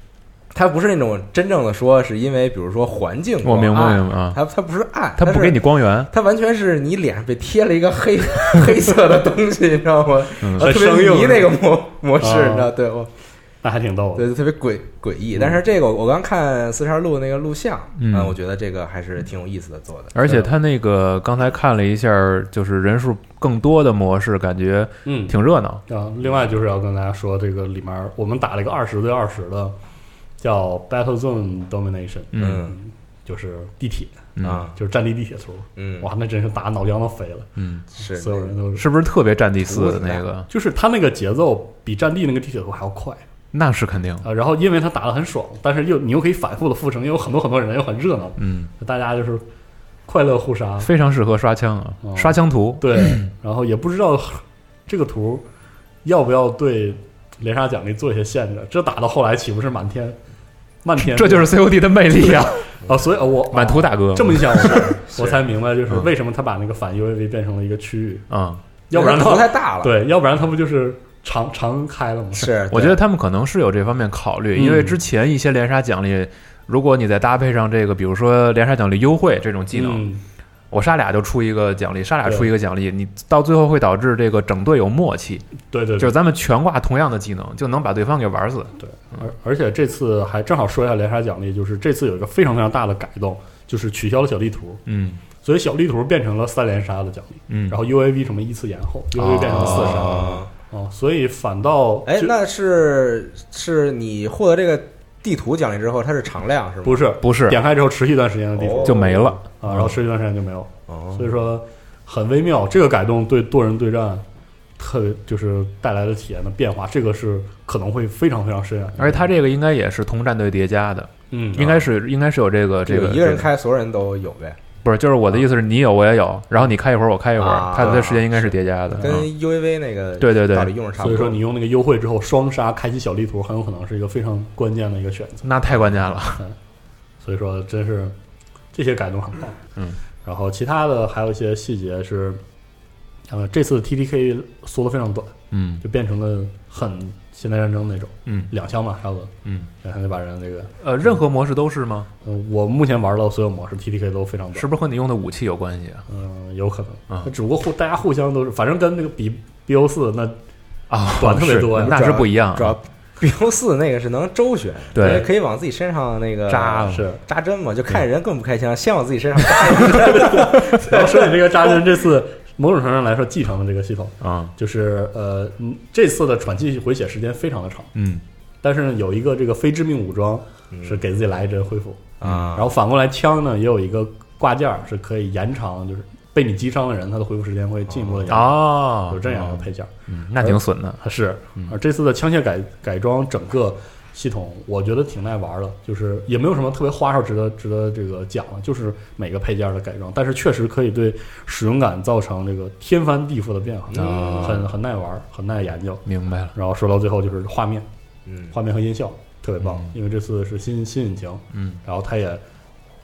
A: 它不是那种真正的说是因为比如说环境
B: 我
A: 光
B: 明白
A: 暗
B: 明白啊，
A: 它它不哦是暗，
B: 他不给你。光源，
A: 它完全是你脸上被贴了一个黑 *laughs* 黑色的东西，你知
B: *laughs*
A: 道吗？
B: 嗯
A: 啊
C: 很
A: 特别
C: 生硬
A: 迷那个模模式，
C: 哦
A: 你知道？对，我
C: 那还挺逗的。
A: 对特别诡诡
C: 嗯
A: 异。但是这个我我刚看四十二路那个录像，啊
B: 嗯
A: 我觉得这个还是挺有意思的做
C: 嗯
A: 的。
B: 而且他那个刚才看了一下，就是人数更多的模式，感觉
C: 嗯，
B: 挺热闹。
C: 啊，另外就是要跟大家说，这个里面儿我们打了一个二十对二十的，叫 Battle Zone Domination，
B: 嗯
C: 就是地铁，
B: 嗯
A: 啊，
C: 就是战地地铁图。
A: 嗯，
C: 哇，那真是打脑浆都飞了，
B: 嗯，
A: 是
C: 所有人都是。
B: 是不是特别战地四
A: 图
B: 的
A: 怎么
B: 那
A: 样
B: 个？
C: 就是他那个节奏比战地那个地铁图还要快
B: 那是肯定。
C: 啊，然后因为他打得很爽，但是又你又可以反复的复程，又有很多很多人，又很热闹，
B: 嗯，
C: 大家就是快乐互杀，
B: 非常适合刷枪啊，
C: 哦
B: 刷枪图。
C: 对，然后也不知道这个图要不要对连杀奖励做一些限制，这打到后来岂不是满天漫天？
B: 这就是 COD 的魅力啊！
C: 啊，所以啊我
B: 满图大哥，
C: 这么
B: *laughs*
C: 一想，我我才明白，就是
B: 嗯
C: 为什么他把那个反 UAV 变成了一个区域，
B: 嗯，
C: 要不然
A: 头
C: 他
A: 太大了。
C: 对，要不然他不就是常常开了吗？
A: 是，
B: 我
A: 对
B: 觉得他们可能是有这方面考虑，
C: 嗯
B: 因为之前一些连杀奖励，如果你再搭配上这个，比如说连杀奖励优惠这种技能，
C: 嗯，
B: 我杀俩就出一个奖励，杀俩
C: 对
B: 出一个奖励，你到最后会导致这个整队有默契，
C: 对对
B: 就是
C: 对，
B: 咱们全挂同样的技能，就能把对方给玩死。
C: 而而且这次还正好说一下连杀奖励，就是这次有一个非常非常大的改动，就是取消了小地图，
B: 嗯
C: 所以小地图变成了三连杀的奖励，
B: 嗯
C: 然后 UAV 什么依次延后，UAV 变成了四杀。
A: 哦
C: 哦，所以反倒
A: 哎，
C: 就
A: 那是是你获得这个地图奖励之后，它是常量是吗？
C: 不
A: 是，
C: 是
B: 不是
C: 点开之后持续一段时间的地图、
A: 哦
B: 就没了。嗯
C: 啊，然后持续一段时间就没有，
A: 哦
C: 所以说很微妙。这个改动对多人对战特别就是带来的体验的变化，这个是可能会非常非常深远的。
B: 而且他这个应该也是同战队叠加的，
C: 嗯，
B: 应该是应该是有这个这
A: 有
B: 个
A: 一个人
B: 这
A: 开，所有人都有呗，
B: 不是，就是我的意思是你有我也有，然后你开一会儿我开一会儿，
A: 啊
B: 他的时间应该是叠加的。
A: 跟
B: 嗯
A: UAV 那个
B: 对对对
A: 道理用是差
C: 所
A: 不
C: 以
A: 多
C: 说。你用那个优惠之后双杀开启小地图，很有可能是一个非常关键的一个选择。
B: 那太关键了，
C: 所以说真是这些改动很棒。
B: 嗯，
C: 然后其他的还有一些细节是，呃，这次 TTK 缩的非常短，
B: 嗯
C: 就变成了很现代战争那种
B: 嗯
C: 两枪嘛，差不多
B: 嗯，
C: 两枪就把人这个。
B: 呃，任何模式都是吗？
C: 呃我目前玩到所有模式 TTK 都非常短，
B: 是不是和你用的武器有关系啊？
C: 嗯，有可能
B: 啊，
C: 那只不过互大家互相都是，反正跟那个比 BO 四那
B: 啊
C: 短特别多呀
B: 是那是不一样 *laughs*
A: 主
B: 啊。
A: 要 BO 四那个是能周旋，
B: 对
A: 可以可以往自己身上那个
B: 扎
C: 是，
A: 扎针嘛，就看人更不开枪，先往自己身上扎。
C: 然后说起这个扎针，这次某种程度上来说继承了这个系统，
B: 啊，
C: 就是呃，嗯这次的喘气回血时间非常的长，
B: 嗯
C: 但是呢有一个这个非致命武装是给自己来一针恢复，
B: 啊
A: 嗯
C: 然，后反过来枪呢也有一个挂件儿是可以延长，就是被你击伤的人他的恢复时间会进一步的延长，
B: 哦，
C: 有这样一个配件儿。
B: 嗯，那挺损的，
C: 啊，是
B: 嗯，
C: 而这次的枪械改改装整个系统，我觉得挺耐玩的，就是也没有什么特别花哨值得值得这个讲的，就是每个配件的改装，但是确实可以对使用感造成这个天翻地覆的变化，
B: 啊
C: 很很耐玩，很耐研究。
B: 明白了，
C: 然后说到最后就是画面，
A: 嗯，
C: 画面和音效特别棒
B: 嗯，
C: 因为这次是新新引擎，
B: 嗯
C: 然后它也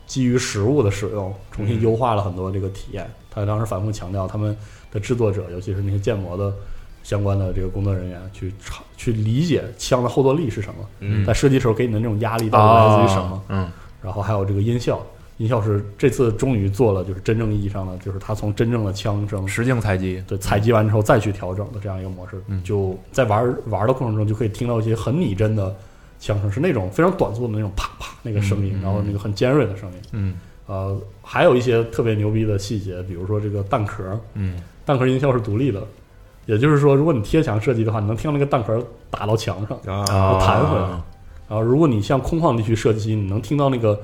C: 基于实物的使用，重新优化了很多这个体验。他当时反复强调，他们的制作者，尤其是那些建模的相关的这个工作人员，去尝去理解枪的后坐力是什么，
A: 嗯
C: 在设计时候给你的那种压力到底来自于什么，
B: 啊嗯
C: 然后还有这个音效。音效是这次终于做了，就是真正意义上的，就是他从真正的枪声
B: 实境采集，
C: 对，采集完之后再去调整的这样一个模式，
B: 嗯
C: 就在玩儿玩儿的过程中就可以听到一些很拟真的枪声，是那种非常短促的那种啪啪那个声音，
B: 嗯嗯
C: 然后那个很尖锐的声音。
B: 嗯
C: 呃，还有一些特别牛逼的细节，比如说这个弹壳，
B: 嗯
C: 弹壳音效是独立的，也就是说，如果你贴墙设计的话，你能听到那个弹壳打到墙上，
A: 啊，
C: 然后弹回来
B: 啊。
C: 然后如果你向空旷地区射击，你能听到那个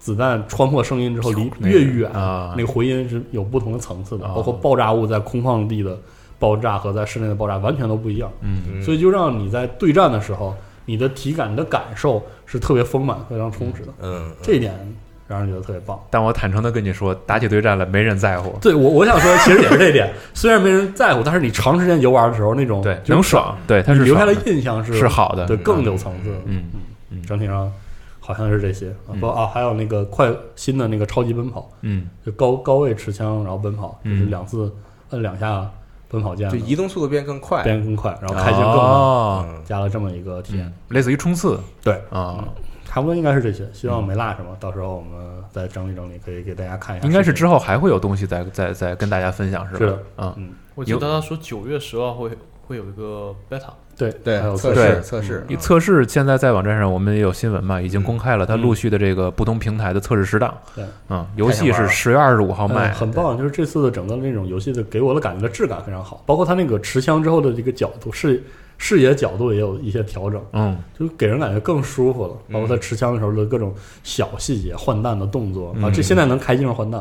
C: 子弹穿破声音之后离
B: 那个
C: 越远，
B: 啊
C: 那哦个回音是有不同的层次的，
B: 啊
C: 包括爆炸物在空旷地的爆炸和在室内的爆炸完全都不一样，
B: 嗯
C: 所以就让你在对战的时候，你的体感、你的感受是特别丰满、非常充实的，
A: 嗯，
C: 这一点让人觉得特别棒。
B: 但我坦诚的跟你说，打起对战来没人在乎，
C: 对我，我想说，其实也是这一点，虽然没人在乎，但是你长时间游玩的时候，那种
B: 对，
C: 就
B: 能爽，对，它是
C: 留下的
B: 爽
C: 印象是
B: 是好的，
C: 对，更有层次。
B: 嗯嗯
C: 整体上好像是这些啊，
B: 嗯
C: 不啊，还有那个快新的那个超级奔跑，
B: 嗯
C: 就高高位持枪然后奔跑，就
B: 嗯
C: 是两次摁两下奔跑键
A: 就，移动速度变更快，
C: 嗯变啊更快，然后开枪更慢，
B: 哦，
A: 嗯
C: 加了这么一个体验
B: 嗯，，类似于冲刺，
C: 对
B: 啊，
C: 差不多应该是这些，希
B: 嗯
C: 望没落什么，到时候我们再整理整理，可以给大家看一下。
B: 应该是之后还会有东西再再再跟大家分享，是吧？
C: 是的
B: 啊，
C: 嗯，
E: 我记得他说九月十号会会有一个 beta，
C: 对
A: 对
C: 还有嗯
A: 测
B: 对
A: 试测试，
B: 你测试现在在网站上我们也有新闻嘛，已经公开了它
C: 嗯
B: 陆续的这个不同平台的测试时档。
C: 对，
B: 嗯，游戏
A: 太想
B: 是
A: 玩了
B: 十月二十五号
C: 嗯
B: 卖，
C: 很棒，就是这次的整个那种游戏的给我的感觉的质感非常好，包括它那个持枪之后的这个角度视视野角度也有一些调整，
B: 嗯
C: 就给人感觉更舒服了。
A: 嗯
C: 包括他持枪的时候的各种小细节、换弹的动作啊
B: 嗯，
C: 这现在能开镜换弹，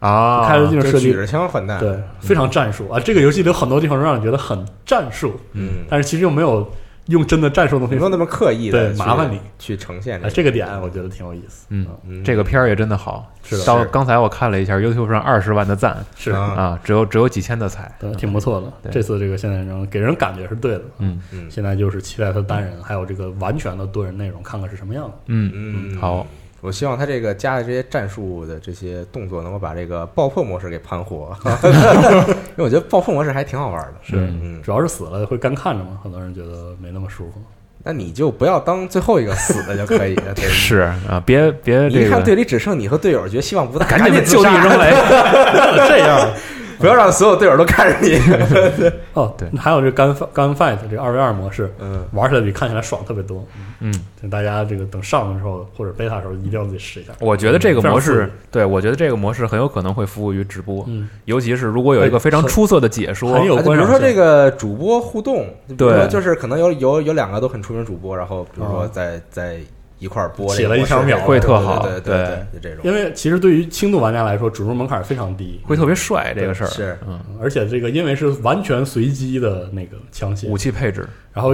B: 啊，
C: 开了镜
A: 就
C: 射
A: 举
C: 击，
A: 着枪换弹，嗯
C: 对，非常战术啊。这个游戏里有很多地方让你觉得很战术，
A: 嗯，
C: 但是其实又没有用真的战术的
A: 没有
C: 东西。
A: 那么刻意的
C: 对麻烦你
A: 去呈现
C: 啊，这个点我觉得挺有意思。啊
B: 嗯，
A: 嗯
B: 这个片儿也真的好。
C: 是的
B: 到
A: 是
B: 刚才我看了一下，YouTube 上二十万的赞
C: 是
A: 啊
B: 啊，只有只有几千的彩，
C: 对，挺不错的。
B: 对
C: 这次这个现在扔给人感觉是对的。
B: 嗯
A: 嗯
C: 现在就是期待它单人，还有这个完全的多人内容，看看是什么样的。
B: 嗯，
A: 嗯，
B: 好，
A: 我希望他这个加的这些战术的这些动作，能够把这个爆破模式给盘活，因为我觉得爆破模式还挺好玩的。
C: 是
A: 嗯
C: 主要是死了会干看着嘛，很多人觉得没那么舒服。
A: 那你就不要当最后一个死的就可以了。对
B: 是啊，别别
A: 你一
B: 这
A: 看队
B: 个，
A: 里只剩你和队友，觉得希望不大，
B: 赶
A: 赶紧
B: 就地
A: 自杀
B: 扔，雷，
A: 这样不要让所有队友都看着你。
C: 哦，
B: 对
C: 还有这干干 fight 这二 v 二模式，
A: 嗯，
C: 玩起来比看起来爽特别多。
B: 嗯。
C: 就大家这个等上的时候或者贝塔的时候，一定要自己试一下。
B: 我觉得这个模
C: 非
B: 式
C: 常刺激，
B: 对我觉得这个模式很有可能会服务于直播，
C: 嗯，哎
B: 尤其是如果有一个非常出色的解说，哎
C: 很有
A: 啊就
C: 观
A: 比如
C: 赏
A: 说
C: 性
A: 这个主播互动，就比如
B: 对哦
A: 说就是可能有有有两个都很出名主播，然后比如说
C: 啊
A: 在在一块儿播
C: 写
A: 这个
C: 了一
A: 模式
C: 小秒
B: 会特好
A: 对对对，对就这
C: 因
A: 种
C: 为其实对于轻度玩家来说，准入门槛非常低，
B: 会特别帅这个事儿，
A: 是
B: 嗯，
C: 嗯而且这个因为是完全随机的那个枪械
B: 武，器配置，
C: 然后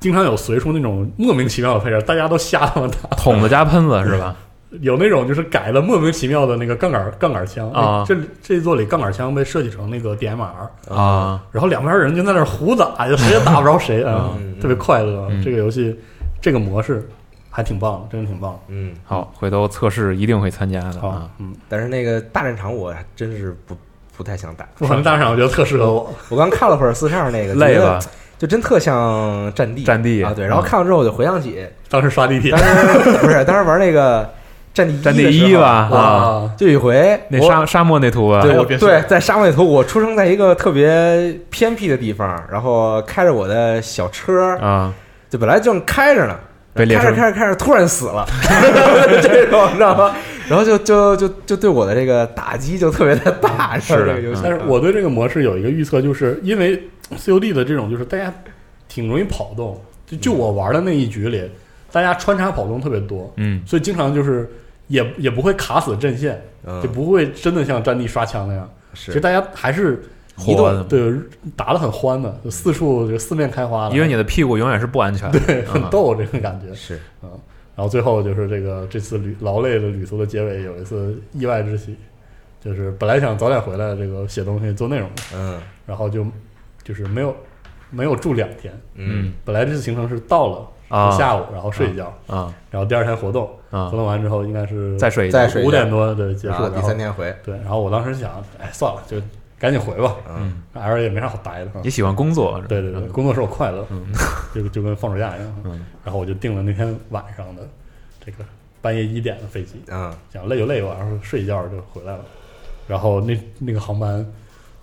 C: 经常有随出那种莫名其妙的配置，大家都瞎他妈
A: 嗯
C: 打，
B: 筒子加喷子是吧？
C: *laughs* 有那种就是改了莫名其妙的那个杠杆杠杆枪哎
B: 啊
C: 这这一座里杠杆枪被设计成那个 DMR，
A: 嗯
B: 啊，
C: 然后两边人就在那儿胡打，就谁也打不着谁啊
A: 嗯，嗯
C: 特别快乐。
B: 嗯
C: 这个游戏这个模式还挺棒的，真的挺棒的。
A: 嗯，
B: 好，回头测试一定会参加的
C: 好
B: 啊。，
C: 嗯，
A: 但是那个大战场我还真是不不太想打，
C: 我可能大厂我觉得特适合我，
A: 我刚看了会儿四十二那个，
B: *laughs* 累
A: 觉得
B: 吧？
A: 就真特像战地
B: 战地嗯
A: 啊，对。然后看完之后我就回想
B: *laughs*
A: 起
C: 当时刷地铁
A: *laughs* 当时不是当时玩那个战地
B: 战
A: 的
B: 地
A: 时候
B: 一，吧啊，
C: 啊，
A: 就有一回
B: 那
A: 我
B: 沙沙漠那图吧，啊
A: 对，
E: 我
A: 我
E: 别
A: 对，在沙漠里头，我出生在一个特别偏僻的地方，然后开着我的小车，
B: 啊，
A: 就本来正开着呢，
B: 被猎
A: 开
B: 车
A: 着 *laughs* 开着开着，突然死了，这种你知道吗？然后就就就就对我的这个打击就特别的大，
F: 是的
A: 这个游戏。
C: 但是嗯我对这个模式有一个预测，就是因为 COD 的这种，就是大家挺容易跑动，就就我玩的那一局里，大家穿插跑动特别多，
F: 嗯，
C: 所以经常就是也也不会卡死阵线，
A: 嗯
C: 就不会真的像战地刷枪那样。其实
A: 是
C: 大家还是
F: 活
C: 移
F: 的
C: 动对打得很欢的，就四处就四面开花的，
F: 因为你的屁股永远是不安全的。
C: 对 *laughs* 很
F: 嗯
C: 逗这个感觉。
A: 是，
C: 然后最后就是这个这次旅劳累的旅途的结尾，有一次意外之喜，就是本来想早点回来，这个写东西做内容的，
A: 嗯
C: 然后就就是没有没有住两天，
A: 嗯
C: 本来这次行程是到了
F: 啊
C: 下午，然后睡一觉，
F: 啊
C: 然后第二天活动，
F: 啊
C: 活，动完之后应该是
F: 再睡一
A: 再
F: 觉。
A: 睡一觉
C: 五点多的哦结束，
A: 然后
C: 然
A: 第三天回，
C: 对，然后我当时想，哎，算了，就赶紧回吧，
A: 嗯
C: 反正也没啥好待的。
F: 你喜欢工作？
C: 对对对，工作使我快乐， *laughs* 就就跟放暑假一样。
F: 嗯
C: 然后我就订了那天晚上的这个半夜一点的飞机，
A: 嗯
C: 想累就累吧，然后睡一觉就回来了。然后那那个航班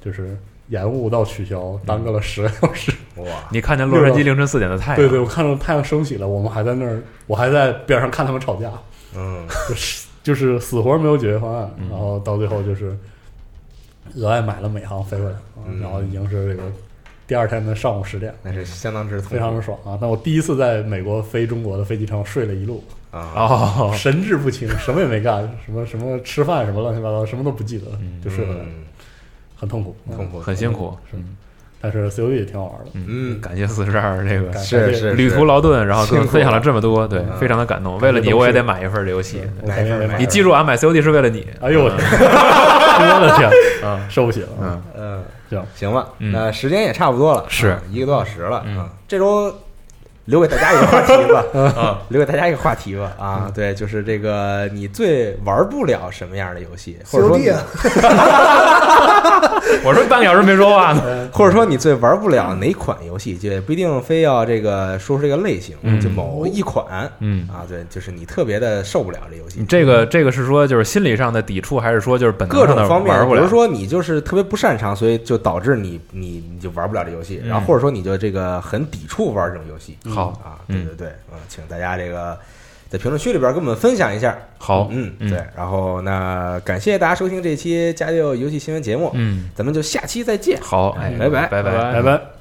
C: 就是延误到取消，耽搁了十个小时。
A: 哇，
F: 你看见洛杉矶凌晨四点的太阳？
C: 对对，我看到太阳升起了，我们还在那儿，我还在边上看他们吵架，
A: 嗯
C: 就是就是死活没有解决方案。
F: 嗯
C: 然后到最后就是额外买了美航飞回来，啊
A: 嗯
C: 然后已经是这个第二天的上午十点了。
A: 那是相当之痛苦
C: 非常的爽啊！但我第一次在美国飞中国的飞机上睡了一路，
A: 啊，
F: 哦，
C: 神志不清， *laughs* 什么也没干，什么什么吃饭什么乱七八糟，什么都不记得，就睡回来了，
A: 嗯
C: 很痛苦，
F: 嗯
A: 痛
C: 苦。
A: 苦，
F: 很辛苦。
C: 是，但是 COD 也挺好玩的，
A: 嗯，
F: 感谢四十二这个
C: 感
A: 是是
F: 旅途劳顿，然后跟我
A: 辛苦
F: 分享了这么多，对，
A: 嗯
F: 非常的感动。为了你，我也得买一份这游戏。
C: 我肯定得买
F: 你记住啊，买 COD 是为了你。
C: 哎呦我天，
F: *laughs*
C: 我的天，啊，受不起了，
F: 嗯，
A: 嗯，
C: 行，
A: 行吧，
F: 嗯
A: 那时间也差不多了，
F: 是
A: 啊一个多小时了，
F: 嗯
A: 啊，这周留给大家一个话题
F: *laughs*
A: 吧，
F: 啊，
A: 留给大家一个话题吧，
F: 嗯
A: 啊，对，就是这个你最玩不了什么样的游戏，或者说你
D: ，COD 啊，
F: 我说半个小时没说话呢。
A: *laughs* 或者说你最玩不了哪款游戏，就也不一定非要这个说出这个类型，
F: 嗯
A: 就某一款。
F: 嗯，
A: 啊，对，就是你特别的受不了这游戏
F: 你，这个这个是说就是心理上的抵触，还是说就是本能
A: 各
F: 上的
A: 种方面，
F: 玩不
A: 比
F: 了？
A: 如说你就是特别不擅长，所以就导致你你你就玩不了这游戏，
F: 嗯
A: 然后或者说你就这个很抵触玩这种游戏，
F: 好
A: 啊，对
F: 嗯
A: 对对，嗯，请大家这个在评论区里边跟我们分享一下，
F: 好，
A: 嗯，
F: 嗯
A: 对，然后那感谢大家收听这期《家里有游戏新闻》节目，
F: 嗯，
A: 咱们就下期再见，
F: 好，哎，
A: 拜拜
F: 拜拜
C: 拜拜。